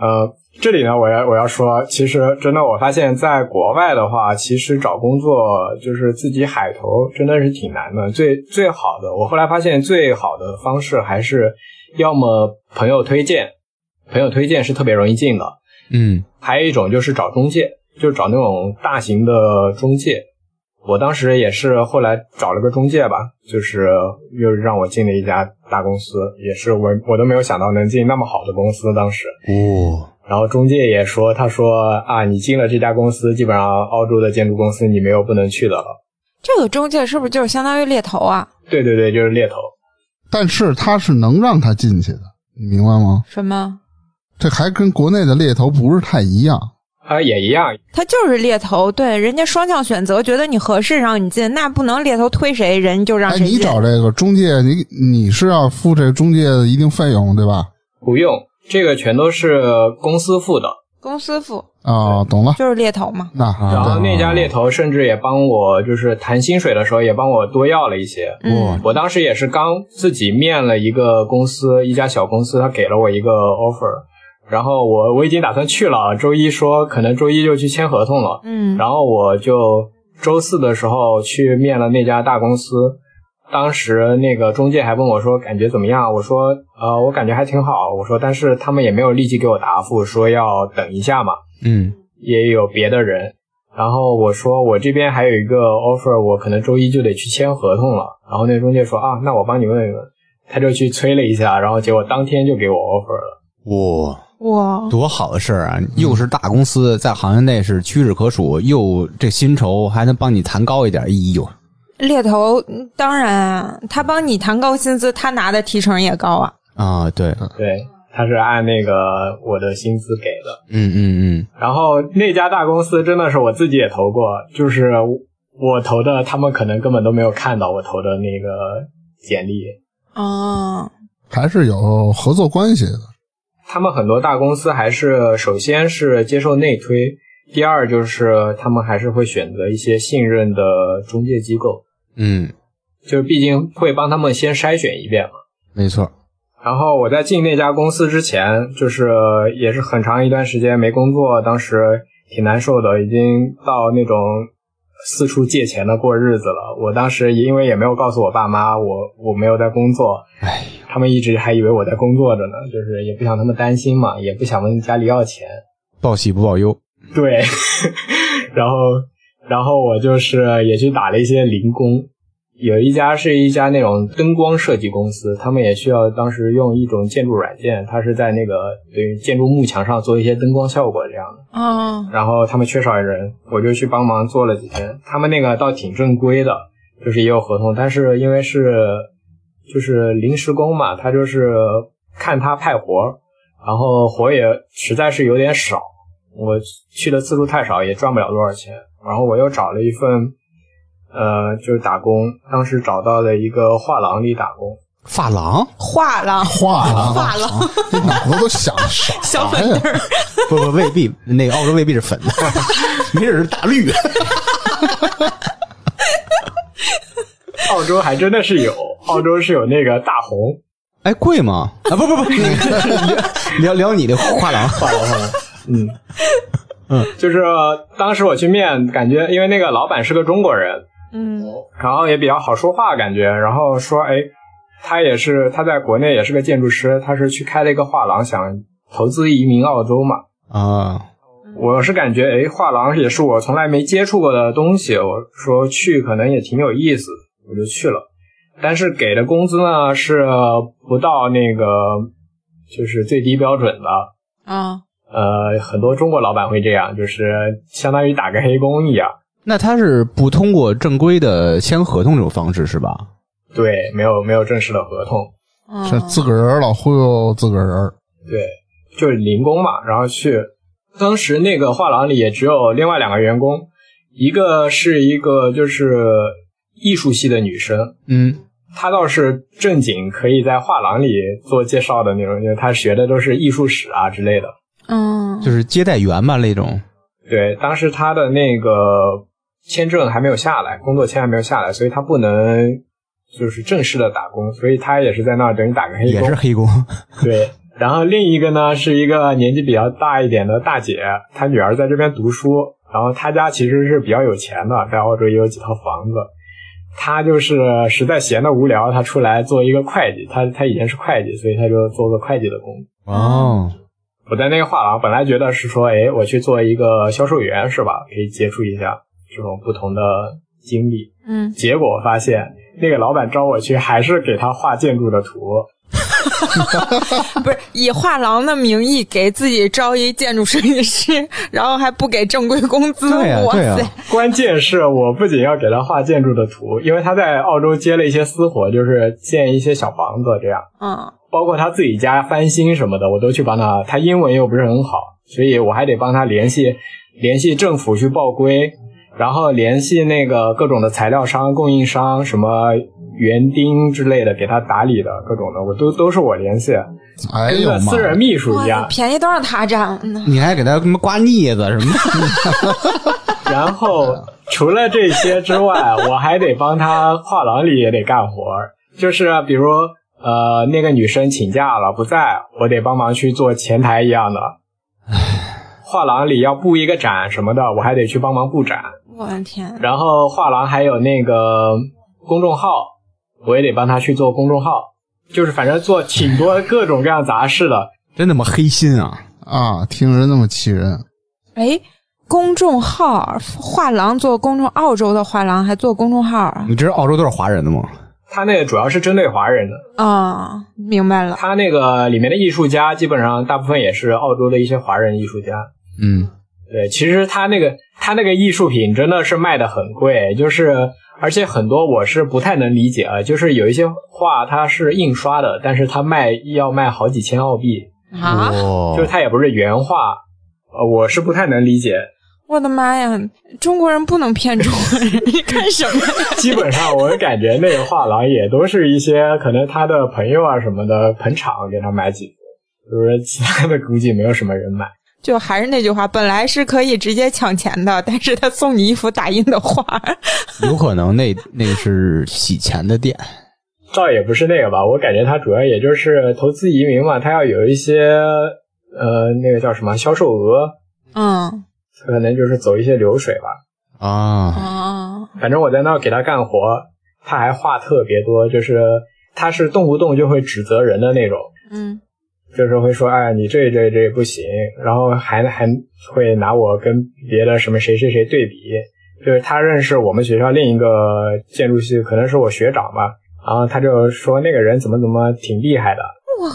S4: 呃，这里呢，我要我要说，其实真的，我发现在国外的话，其实找工作就是自己海投，真的是挺难的。最最好的，我后来发现最好的方式还是要么朋友推荐，朋友推荐是特别容易进的。
S6: 嗯，
S4: 还有一种就是找中介，就是找那种大型的中介。我当时也是后来找了个中介吧，就是又让我进了一家大公司，也是我我都没有想到能进那么好的公司。当时，
S6: 哦，
S4: 然后中介也说，他说啊，你进了这家公司，基本上澳洲的建筑公司你没有不能去的了。
S2: 这个中介是不是就是相当于猎头啊？
S4: 对对对，就是猎头。
S1: 但是他是能让他进去的，你明白吗？
S2: 什么？
S1: 这还跟国内的猎头不是太一样。
S4: 啊，也一样，
S2: 他就是猎头，对，人家双向选择，觉得你合适让你进，那不能猎头推谁，人就让
S1: 哎，
S2: 谁进。
S1: 你找这个中介，你你是要付这个中介的一定费用，对吧？
S4: 不用，这个全都是公司付的。
S2: 公司付
S1: 啊，懂了。
S2: 就是猎头嘛，
S1: 那
S4: 然
S1: 啊，
S4: 后那家猎头甚至也帮我，就是谈薪水的时候也帮我多要了一些。
S2: 嗯，
S4: 我当时也是刚自己面了一个公司，一家小公司，他给了我一个 offer，然后我我已经打算去了，啊周一说可能周一就去签合同了，
S2: 嗯，
S4: 然后我就周四的时候去面了那家大公司，当时那个中介还问我说感觉怎么样，我说呃我感觉还挺好，我说但是他们也没有立即给我答复，说要等一下嘛，
S6: 嗯，
S4: 也有别的人。然后我说我这边还有一个 offer，我可能周一就得去签合同了。然后那中介说啊，那我帮你问一问。他就去催了一下，然后结果当天就给我 offer 了。
S6: 哇、
S2: 哇，
S6: 多好的事儿啊！又是大公司，在行业内是屈指可数，又这薪酬还能帮你谈高一点，哎呦，
S2: 猎头嗯当然啊，他帮你谈高薪资，他拿的提成也高啊。
S6: 啊，对，
S4: 对，他是按那个我的薪资给的。
S6: 嗯嗯
S4: 然后那家大公司真的是我自己也投过，就是我投的，他们可能根本都没有看到我投的那个简历。
S2: 哦，
S1: 还是有合作关系的。
S4: 他们很多大公司还是首先是接受内推，第二就是他们还是会选择一些信任的中介机构，
S6: 嗯嗯，
S4: 就是毕竟会帮他们先筛选一遍嘛。
S6: 没错，
S4: 然后我在进那家公司之前，就是也是很长一段时间没工作，当时挺难受的，已经到那种四处借钱的过日子了。我当时因为也没有告诉我爸妈，我我没有在工作，
S6: 哎，
S4: 他们一直还以为我在工作着呢，就是也不想他们担心嘛，也不想问家里要钱。
S6: 报喜不报忧，
S4: 对， 然后然后我就是也去打了一些零工，有一家是一家那种灯光设计公司，他们也需要当时用一种建筑软件，它是在那个对于建筑幕墙上做一些灯光效果这样的。
S2: 哦，
S4: 然后他们缺少人，我就去帮忙做了几天。他们那个倒挺正规的，就是也有合同，但是因为是就是临时工嘛，他就是看他派活儿，然后活儿也实在是有点少，我去的次数太少，也赚不了多少钱。然后我又找了一份，呃，就是打工，当时找到了一个画廊里打工，
S6: 发廊
S2: 画廊，
S1: 画廊，
S2: 画廊，
S1: 这脑子都想啥呀？
S2: 小粉灯儿，
S6: 不不未必，那个澳洲未必是 粉的，没准是大绿。
S4: 澳洲还真的是有，澳洲是有那个大红
S6: 哎，贵吗？啊，不不 不，那个聊聊你的画廊，
S4: 画廊，画廊嗯。 嗯，就是当时我去面，感觉因为那个老板是个中国人，
S2: 嗯
S4: 然后也比较好说话感觉，然后说哎，他也是他在国内也是个建筑师，他是去开了一个画廊，想投资移民澳洲嘛。
S6: 啊，
S4: 嗯我是感觉哎，画廊也是我从来没接触过的东西，我说去可能也挺有意思，我就去了。但是给的工资呢是不到那个就是最低标准的，
S2: 啊，
S4: 呃，很多中国老板会这样，就是相当于打个黑工一样。
S3: 那他是不通过正规的签合同这种方式是吧？
S4: 对，没有没有正式的合同，哦
S2: 嗯
S1: 这自个儿人老忽悠自个儿人儿，
S4: 对，就是零工嘛，然后去。当时那个画廊里也只有另外两个员工，一个是一个就是艺术系的女生，
S3: 嗯，
S4: 她倒是正经可以在画廊里做介绍的那种，因为她学的都是艺术史啊之类的。
S2: 嗯，
S3: 就是接待员吧那种。
S4: 对，当时他的那个签证还没有下来，工作签还没有下来，所以他不能就是正式的打工，所以他也是在那儿等于打个黑
S6: 也
S4: 工
S6: 是。黑工。
S4: 对，然后另一个呢是一个年纪比较大一点的大姐，她女儿在这边读书，然后她家其实是比较有钱的，在澳洲也有几套房子。她就是实在闲的无聊，她出来做一个会计，她她以前是会计，所以她就做个会计的工作。
S6: 哦，
S4: 我在那个画廊本来觉得是说，哎，我去做一个销售员是吧？可以接触一下这种不同的经历。
S2: 嗯，
S4: 结果发现那个老板招我去，还是给他画建筑的图。
S2: 不是以画廊的名义给自己招一建筑设计师， 然后还不给正规工资，
S6: 嗯对呀
S2: 哇
S6: 对呀
S2: 塞！
S4: 关键是我不仅要给他画建筑的图，因为他在澳洲接了一些私活，就是建一些小房子这样，
S2: 嗯，
S4: 包括他自己家翻新什么的，我都去帮他。他英文又不是很好，所以我还得帮他联系联系政府去报规，然后联系那个各种的材料商、供应商，什么园丁之类的，给他打理的各种的，我都都是我联系，
S1: 哎
S4: 跟
S1: 呦
S4: 个
S1: 妈
S4: 私！人秘书
S2: 哇
S4: 一
S2: 塞，
S4: 样。
S2: 便宜都让他占了呢。
S6: 你还给他什么刮腻子什么的？
S4: 然后除了这些之外，我还得帮他画廊里也得干活儿，就是啊比如呃那个女生请假了不在，我得帮忙去做前台一样的。画廊里要布一个展什么的，我还得去帮忙布展。
S2: 我的天，
S4: 然后画廊还有那个公众号，我也得帮他去做公众号，就是反正做挺多各种各样杂事的。
S6: 真他妈黑心啊！
S1: 啊，听着那么气人，
S2: 哎，公众号画廊做公众，澳洲的画廊还做公众号啊？
S6: 你知道澳洲都是华人的吗？
S4: 他那个主要是针对华人的，
S2: 啊，明白了。
S4: 他那个里面的艺术家基本上大部分也是澳洲的一些华人艺术家。
S6: 嗯，
S4: 对，其实他那个他那个艺术品真的是卖的很贵，就是而且很多我是不太能理解啊，就是有一些画它是印刷的，但是它卖要卖好几千澳币，
S6: 嗯
S2: 啊！
S3: 哦
S4: 就是它也不是原画，呃，我是不太能理解。
S2: 我的妈呀，中国人不能骗中国人，你干什么？
S4: 基本上我感觉那个画廊也都是一些可能他的朋友啊什么的捧场给他买几幅，就是其他的估计没有什么人买。
S2: 就还是那句话，本来是可以直接抢钱的，但是他送你一幅打印的画，
S6: 有可能那那是洗钱的店。
S4: 倒也不是那个吧，我感觉它主要也就是投资移民嘛，它要有一些呃那个叫什么销售额，
S2: 嗯
S4: 可能就是走一些流水吧。
S6: 啊，
S2: 啊，
S4: 反正我在那儿给他干活，他还话特别多，就是他是动不动就会指责人的那种。
S2: 嗯
S4: 就是会说，哎，你这这这不行，然后还还会拿我跟别的什么谁谁谁对比，就是他认识我们学校另一个建筑系，可能是我学长吧，然后他就说那个人怎么怎么挺厉害的，
S2: 哇，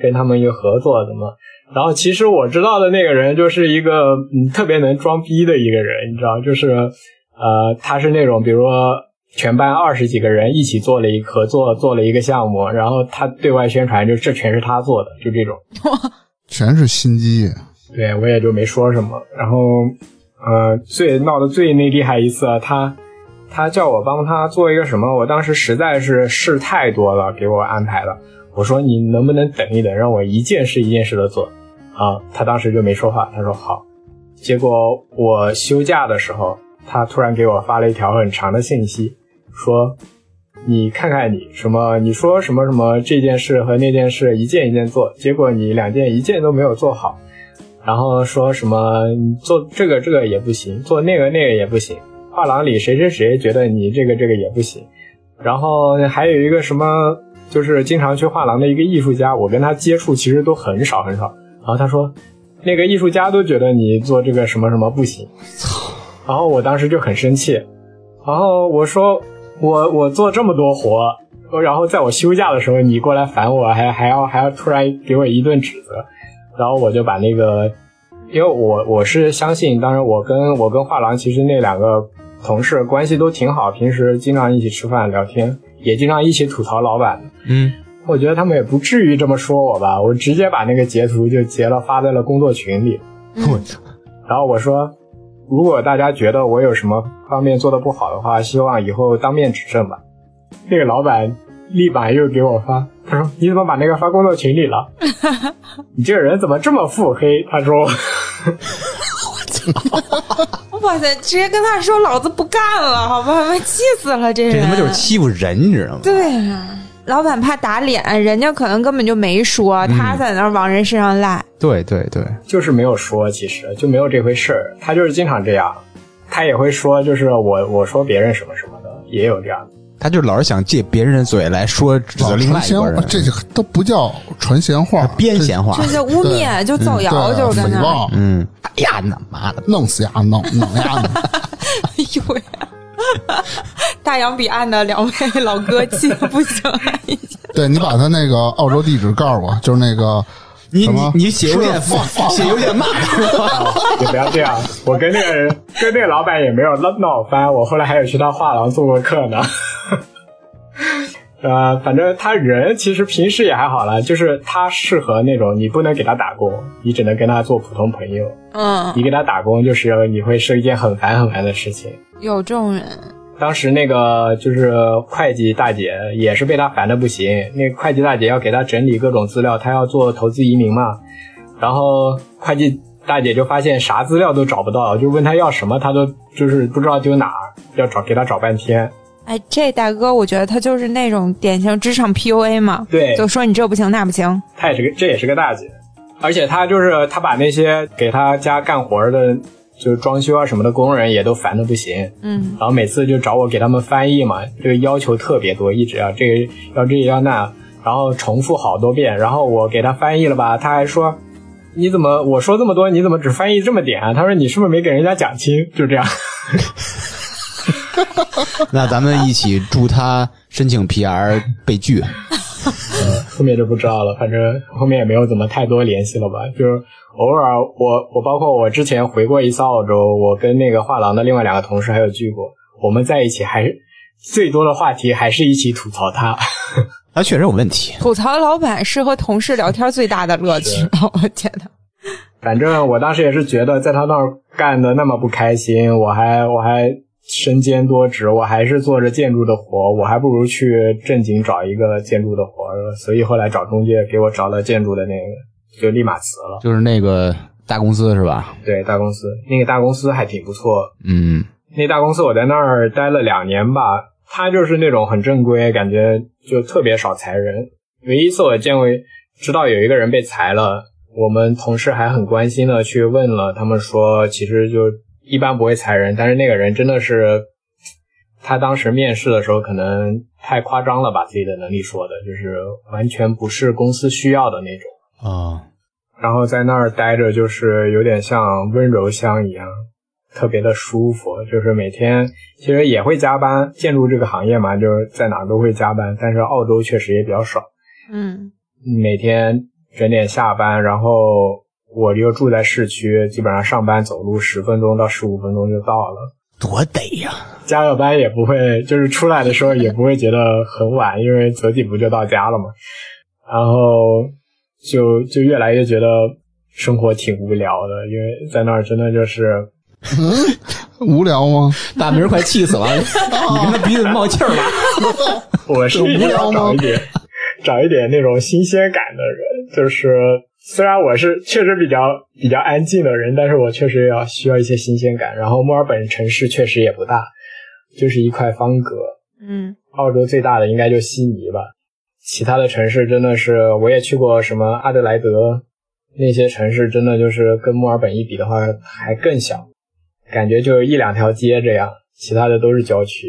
S4: 跟他们一个合作怎么。然后其实我知道的那个人就是一个嗯特别能装逼的一个人，你知道，就是呃他是那种比如说全班二十几个人一起做了一合作做了一个项目，然后他对外宣传就这全是他做的，就这种。
S1: 全是心机。
S4: 对我也就没说什么。然后，呃，最闹得最那厉害一次，啊，他他叫我帮他做一个什么，我当时实在是事太多了，给我安排了。我说你能不能等一等，让我一件事一件事的做啊？他当时就没说话，他说好。结果我休假的时候，他突然给我发了一条很长的信息，说。你看看你什么？你说什么什么这件事和那件事一件一件做，结果你两件一件都没有做好，然后说什么做这个这个也不行，做那个那个也不行。画廊里谁谁谁觉得你这个这个也不行，然后还有一个什么，就是经常去画廊的一个艺术家，我跟他接触其实都很少很少。然后他说，那个艺术家都觉得你做这个什么什么不行，然后我当时就很生气，然后我说我我做这么多活，然后在我休假的时候你过来烦我，还还要还要突然给我一顿指责，然后我就把那个，因为我我是相信，当然我跟我跟画廊其实那两个同事关系都挺好，平时经常一起吃饭聊天，也经常一起吐槽老板。
S3: 嗯，
S4: 我觉得他们也不至于这么说我吧，我直接把那个截图就截了发在了工作群里。
S3: 我操，
S4: 然后我说，如果大家觉得我有什么方面做的不好的话，希望以后当面指正吧。那个老板立马又给我发，他说你怎么把那个发工作群里了？你这个人怎么这么腹黑？他说，
S2: 哇塞，直接跟他说老子不干了，好吧，气死了这人。
S3: 这他妈就是欺负人，你知道吗？
S2: 对啊，老板怕打脸，人家可能根本就没说，他在那儿往人身上赖。
S3: 对对对，
S4: 就是没有说，其实就没有这回事儿。他就是经常这样，他也会说，就是我我说别人什么什么的，也有这样的。
S3: 他就老是想借别人的嘴来说指责另
S1: 传
S3: 外一
S1: 闲
S3: 个
S1: 话，
S3: 人，
S1: 这就都不叫传闲话，
S3: 编闲话
S2: 就。是污蔑，就造
S1: 对
S2: 谣，就是在
S1: 诽
S2: 那儿。
S1: 谤，
S3: 嗯，
S6: 哎呀，你妈的！
S1: 弄死呀，弄弄呀，
S2: 哎呦喂！ 大洋彼岸的两位老哥气的不行了，已经
S1: 对你把他那个澳洲地址告诉我，就是那个
S3: 你
S1: 什
S3: 你
S1: 么
S3: 你写邮件
S1: 吃饭饭
S3: 写邮件骂他，
S4: 也不要这样，我跟那个人跟那个老板也没有闹闹翻，我后来还有去他画廊做过客呢。 呃，反正他人其实平时也还好啦，就是他适合那种你不能给他打工，你只能跟他做普通朋友。
S2: 嗯，
S4: 你给他打工，就是你会是一件很烦很烦的事情。
S2: 有这种人，
S4: 当时那个就是会计大姐也是被他烦的不行，那个会计大姐要给他整理各种资料，他要做投资移民嘛，然后会计大姐就发现啥资料都找不到，就问他要什么，他都就是不知道丢哪儿，要找给他找半天。
S2: 哎，这大哥我觉得他就是那种典型职场 PUA 嘛，
S4: 对
S2: 就说你这不行那不行，
S4: 她也是个，这也是个大姐，而且她就是她把那些给她家干活的，就是装修啊什么的工人也都烦的不行，
S2: 嗯，
S4: 然后每次就找我给他们翻译嘛，这个要求特别多，一直要这个要这个要那，然后重复好多遍，然后我给他翻译了吧，他还说你怎么我说这么多，你怎么只翻译这么点啊？他说你是不是没给人家讲清？就这样，
S3: 那咱们一起祝他申请 PR 被拒。
S4: 后面就不知道了，反正后面也没有怎么太多联系了吧，就是偶尔啊我我包括我之前回过一次澳洲，我跟那个画廊的另外两个同事还有聚过，我们在一起还是最多的话题还是一起吐槽他。
S3: 他确实有问题，
S2: 吐槽老板是和同事聊天最大的乐趣， 我觉得。
S4: 反正我当时也是觉得在他那儿干的那么不开心，我还我还身兼多职，我还是做着建筑的活，我还不如去正经找一个建筑的活儿，所以后来找中介给我找了建筑的那个，就立马辞了。
S3: 就是那个大公司是吧？
S4: 对，大公司那个大公司还挺不错，
S3: 嗯，
S4: 那大公司我在那儿待了两年吧，他就是那种很正规，感觉就特别少裁人。唯一一次我见过，知道有一个人被裁了，我们同事还很关心的去问了，他们说其实就一般不会裁人，但是那个人真的是，他当时面试的时候可能太夸张了，把自己的能力说的，就是完全不是公司需要的那种。
S6: 啊，
S4: 然后在那儿待着就是有点像温柔乡一样，特别的舒服。就是每天其实也会加班，建筑这个行业嘛，就是在哪儿都会加班，但是澳洲确实也比较少。
S2: 嗯
S4: 每天整点下班，然后我又住在市区，基本上上班走路十分钟到十五分钟就到了。
S6: 多得呀！
S4: 加个班也不会，就是出来的时候也不会觉得很晚，因为走几步就到家了嘛。然后就就越来越觉得生活挺无聊的，因为在那儿真的就是
S1: 无聊吗？
S5: 大明儿快气死 了，你跟他鼻子冒气儿吧。
S4: 我是一定要找一点找一点那种新鲜感的人，就是虽然我是确实比较比较安静的人，但是我确实要需要一些新鲜感。然后墨尔本城市确实也不大，就是一块方格。
S2: 嗯
S4: 澳洲最大的应该就悉尼吧，其他的城市真的是我也去过什么阿德莱德那些城市，真的就是跟墨尔本一比的话还更小，感觉就是一两条街这样，其他的都是郊区。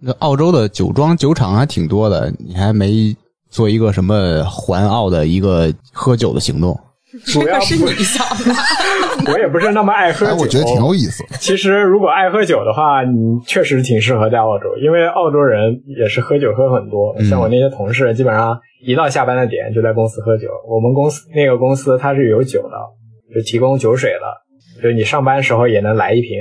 S3: 那澳洲的酒庄酒厂还挺多的，你还没做一个什么环澳的一个喝酒的行动？
S4: 主要是你想 的，我也不是那么爱喝
S1: 哎，
S4: 酒，
S1: 我觉得挺有意思。
S4: 其实，如果爱喝酒的话，你确实挺适合在澳洲，因为澳洲人也是喝酒喝很多。像我那些同事，基本上一到下班的点就在公司喝酒。我们公司那个公司它是有酒的，就提供酒水的，就是你上班时候也能来一瓶，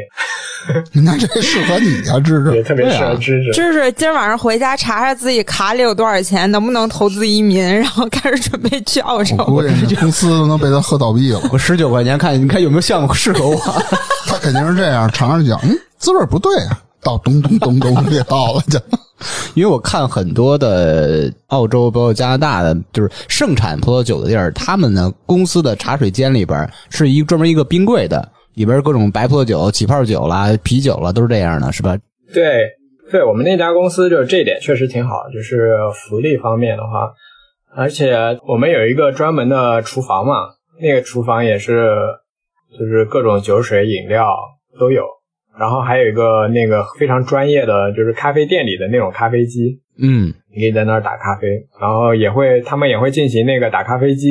S1: 那这适合你啊，芝
S4: 也
S1: 芝。
S4: 特别适合芝芝。
S2: 就是今儿晚上回家查查自己卡里有多少钱，能不能投资移民，然后开始准备去澳
S1: 我
S2: 洲。
S1: 估计这公司都能被他喝倒闭了。
S3: 我十九块钱看，你看有没有项目适合我？
S1: 他肯定是这样，尝着讲，嗯，滋味儿不对啊，倒咚咚咚咚给倒了就。
S3: 因为我看很多的澳洲包括加拿大的，就是盛产葡萄酒的地儿，他们呢公司的茶水间里边儿是一专门一个冰柜的，里边儿各种白葡萄酒、起泡酒啦、啤酒啦，都是这样的，是吧？
S4: 对，对我们那家公司就是这点确实挺好，就是福利方面的话，啊而且我们有一个专门的厨房嘛，那个厨房也是就是各种酒水饮料都有，然后还有一个那个非常专业的就是咖啡店里的那种咖啡机，
S3: 嗯，
S4: 你可以在那儿打咖啡，然后也会他们也会进行那个打咖啡机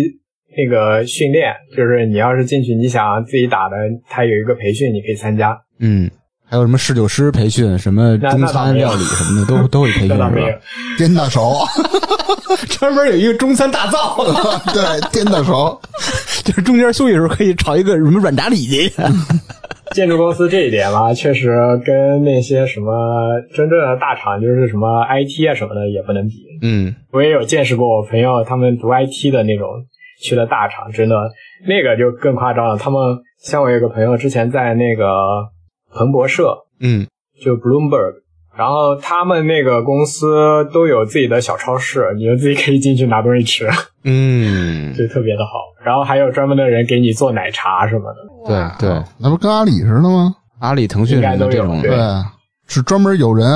S4: 那个训练，就是你要是进去你想自己打的，它有一个培训你可以参加，
S3: 嗯，还有什么侍酒师培训、什么
S4: 那
S3: 中餐料理什么的，都都有培训
S4: 那
S3: 是
S4: 倒
S3: 吧
S4: 没？有。
S1: 颠大勺，
S5: 专门有一个中餐大灶，
S1: 对，颠大勺，
S5: 就是中间休息的时候可以炒一个什么软炸里脊。
S4: 建筑公司这一点吧， 确实跟那些什么真正的大厂，就是什么 IT 啊什么的也不能比。
S3: 嗯，
S4: 我也有见识过我朋友他们读 IT 的那种去了大厂，真的那个就更夸张了。他们像我有个朋友之前在那个彭博社，
S3: 嗯，
S4: 就 Bloomberg，然后他们那个公司都有自己的小超市，你就自己可以进去拿东西吃，
S3: 嗯，
S4: 就特别的好。然后还有专门的人给你做奶茶什么的。
S3: 对对，
S1: 那不跟阿里似的吗？
S3: 阿里、腾讯
S4: 应
S3: 什
S4: 该
S3: 么
S4: 都
S3: 的
S4: 有
S3: 这种，
S4: 对
S1: 对，是专门有人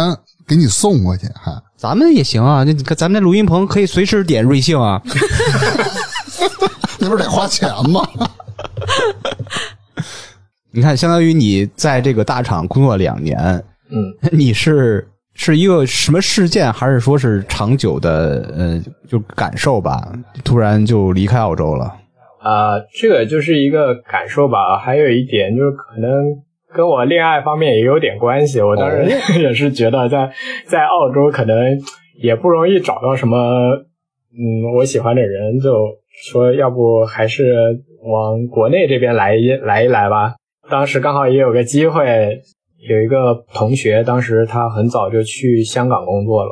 S1: 给你送过去，还
S3: 咱们也行啊。那咱们这录音棚可以随时点瑞幸啊。
S1: 那不是得花钱吗？
S3: 你看，相当于你在这个大厂工作两年，
S4: 嗯，
S3: 你是是一个什么事件，还是说是长久的呃，就感受吧？突然就离开澳洲了，
S4: 啊，这个就是一个感受吧。还有一点就是，可能跟我恋爱方面也有点关系。我当时 也是觉得在在澳洲可能也不容易找到什么嗯我喜欢的人，就说要不还是往国内这边来一来一来吧。当时刚好也有个机会，有一个同学，当时他很早就去香港工作了，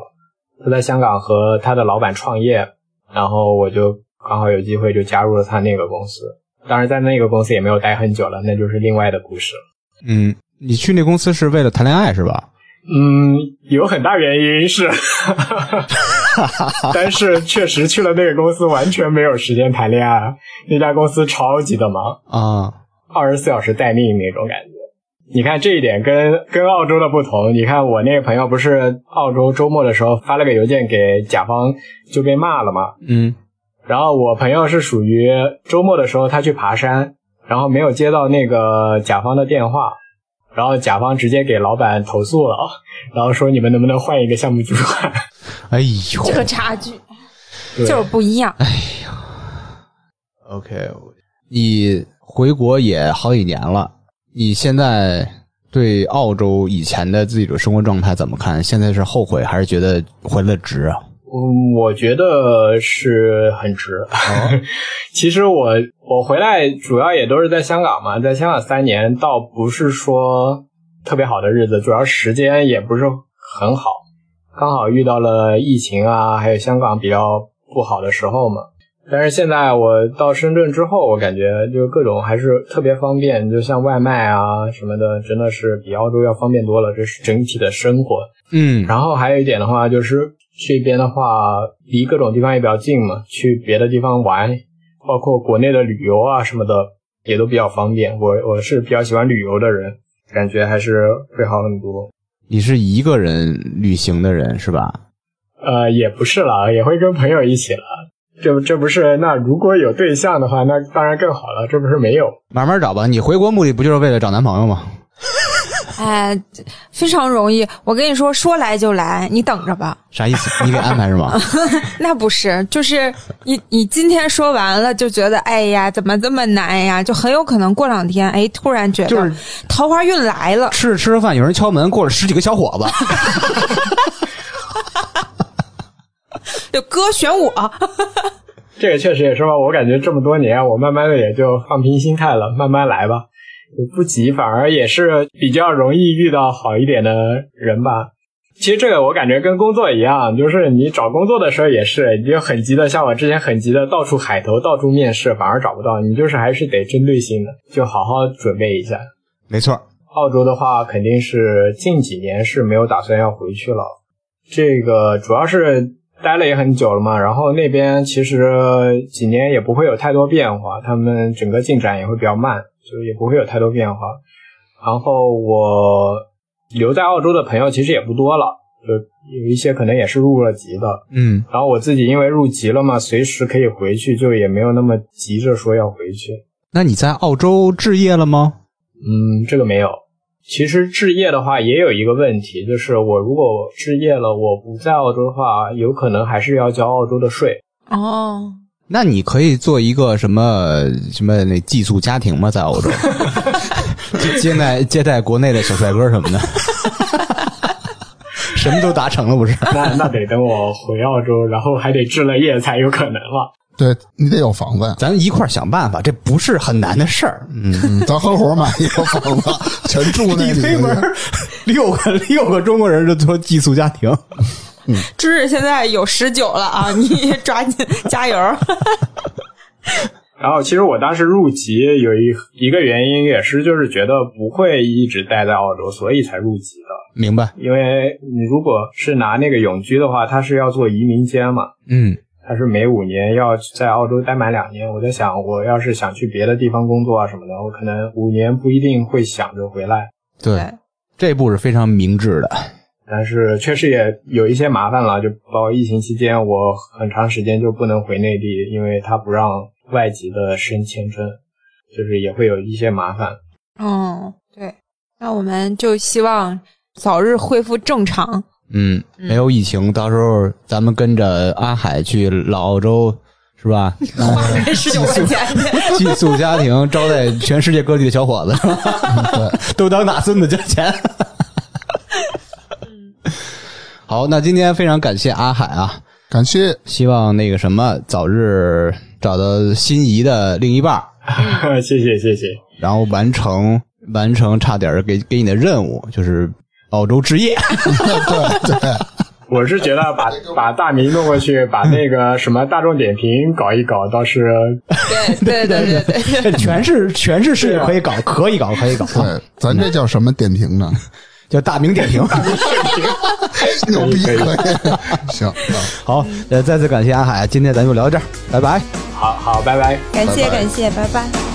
S4: 他在香港和他的老板创业，然后我就刚好有机会就加入了他那个公司。当然，在那个公司也没有待很久了，那就是另外的故事了。
S3: 嗯。你去那公司是为了谈恋爱是吧？
S4: 嗯，有很大原因是，但是确实去了那个公司完全没有时间谈恋爱，啊那家公司超级的忙，
S3: 啊，
S4: 二十四小时待命那种感觉。你看这一点跟跟澳洲的不同。你看我那个朋友不是澳洲周末的时候发了个邮件给甲方就被骂了嘛，
S3: 嗯，
S4: 然后我朋友是属于周末的时候他去爬山，然后没有接到那个甲方的电话，然后甲方直接给老板投诉了，然后说你们能不能换一个项目主管？
S3: 哎呦，
S2: 这个差距
S4: 对
S2: 就是不一样。
S3: OK，你回国也好几年了，你现在对澳洲以前的自己的生活状态怎么看？现在是后悔还是觉得回来值啊？
S4: 嗯，我觉得是很值。 其实我我回来主要也都是在香港嘛，在香港三年，倒不是说特别好的日子，主要时间也不是很好，刚好遇到了疫情啊，还有香港比较不好的时候嘛。但是现在我到深圳之后，我感觉就各种还是特别方便，就像外卖啊什么的，真的是比澳洲要方便多了。这是整体的生活，
S3: 嗯，
S4: 然后还有一点的话，就是这边的话，离各种地方也比较近嘛，去别的地方玩，包括国内的旅游啊什么的，也都比较方便。我我是比较喜欢旅游的人，感觉还是会好很多。
S3: 你是一个人旅行的人是吧？
S4: 呃，也不是啦，也会跟朋友一起了。这这不是那如果有对象的话，那当然更好了。这不是没有，
S3: 慢慢找吧。你回国目的不就是为了找男朋友吗？
S2: 哎，非常容易。我跟你说，说来就来，你等着吧。
S3: 啥意思？你给安排是 吗？
S2: 那不是，就是你你今天说完了，就觉得哎呀，怎么这么难呀？就很有可能过两天，哎，突然觉得、
S3: 就是
S2: 桃花运来了。
S3: 吃着吃着饭，有人敲门，过了十几个小伙子，
S2: 就哥选我，
S4: 这个确实也是吧。我感觉这么多年，我慢慢的也就放平心态了，慢慢来吧，不急，反而也是比较容易遇到好一点的人吧。其实这个我感觉跟工作一样，就是你找工作的时候也是，你就很急的，像我之前很急的，到处海投，到处面试，反而找不到。你就是还是得针对性的，就好好准备一下。
S3: 没错。
S4: 澳洲的话，肯定是近几年是没有打算要回去了。这个主要是待了也很久了嘛，然后那边其实几年也不会有太多变化，他们整个进展也会比较慢，就也不会有太多变化。然后我留在澳洲的朋友其实也不多了，就有一些可能也是入了籍的。
S3: 嗯，
S4: 然后我自己因为入籍了嘛，随时可以回去，就也没有那么急着说要回去。
S3: 那你在澳洲置业了吗？
S4: 嗯，这个没有。其实置业的话也有一个问题，就是我如果置业了，我不在澳洲的话，有可能还是要交澳洲的税。
S2: 哦，
S3: 那你可以做一个什么什么那寄宿家庭吗？在澳洲， 就接待接待国内的小帅哥什么 的，什么都达成了不是？
S4: 那那得等我回澳洲，然后还得置了业才有可能了。
S1: 对你得有房 子呀，
S3: 咱一块儿想办法，这不是很难的事儿。嗯，
S1: 嗯咱合伙买一个房子，全住那
S3: 一
S1: 里
S3: 推门
S1: 头去。，
S3: 六个六个中国人就做寄宿家庭。
S2: 芝芝现在有十九了啊，你抓紧加油。
S4: 然后其实我当时入籍有一一个原因也是，就是觉得不会一直待在澳洲，所以才入籍的。
S3: 明白？
S4: 因为你如果是拿那个永居的话，它是要做移民监嘛，
S3: 嗯，
S4: 他是每五年要在澳洲待满两年。我在想，我要是想去别的地方工作啊什么的，我可能五年不一定会想着回来，
S3: 对，这步是非常明智的。
S4: 但是确实也有一些麻烦了。就包括疫情期间，我很长时间就不能回内地，因为他不让外籍的申签证，就是也会有一些麻烦。
S2: 嗯，对，那我们就希望早日恢复正 常。
S3: 嗯，没有疫情，到时候咱们跟着阿海去老澳洲，是吧？
S2: 花这十九块钱去。
S3: 寄宿家庭招待全世界各地的小伙子，是吧？都当打孙子 交钱。好，那今天非常感谢阿海啊，
S1: 感谢
S3: 希望那个什么早日找到心仪的另一半儿，
S4: 谢谢谢谢，
S3: 然后完成完成差点儿给给你的任务，就是澳洲置业。
S4: 我是觉得把把大明弄过去，把那个什么大众点评搞一搞，倒是
S2: 对对对对对，
S6: 这 全是全是事业可以搞，可以搞，可以搞，
S1: 对，咱这叫什么点评呢？
S6: 叫大名点评。
S1: 牛逼，可以，行。啊
S6: 好，呃，再次感谢阿海，今天咱就聊到这儿，拜拜。
S4: 好好，拜拜。
S2: 感谢
S1: 拜拜
S2: 感谢，拜拜。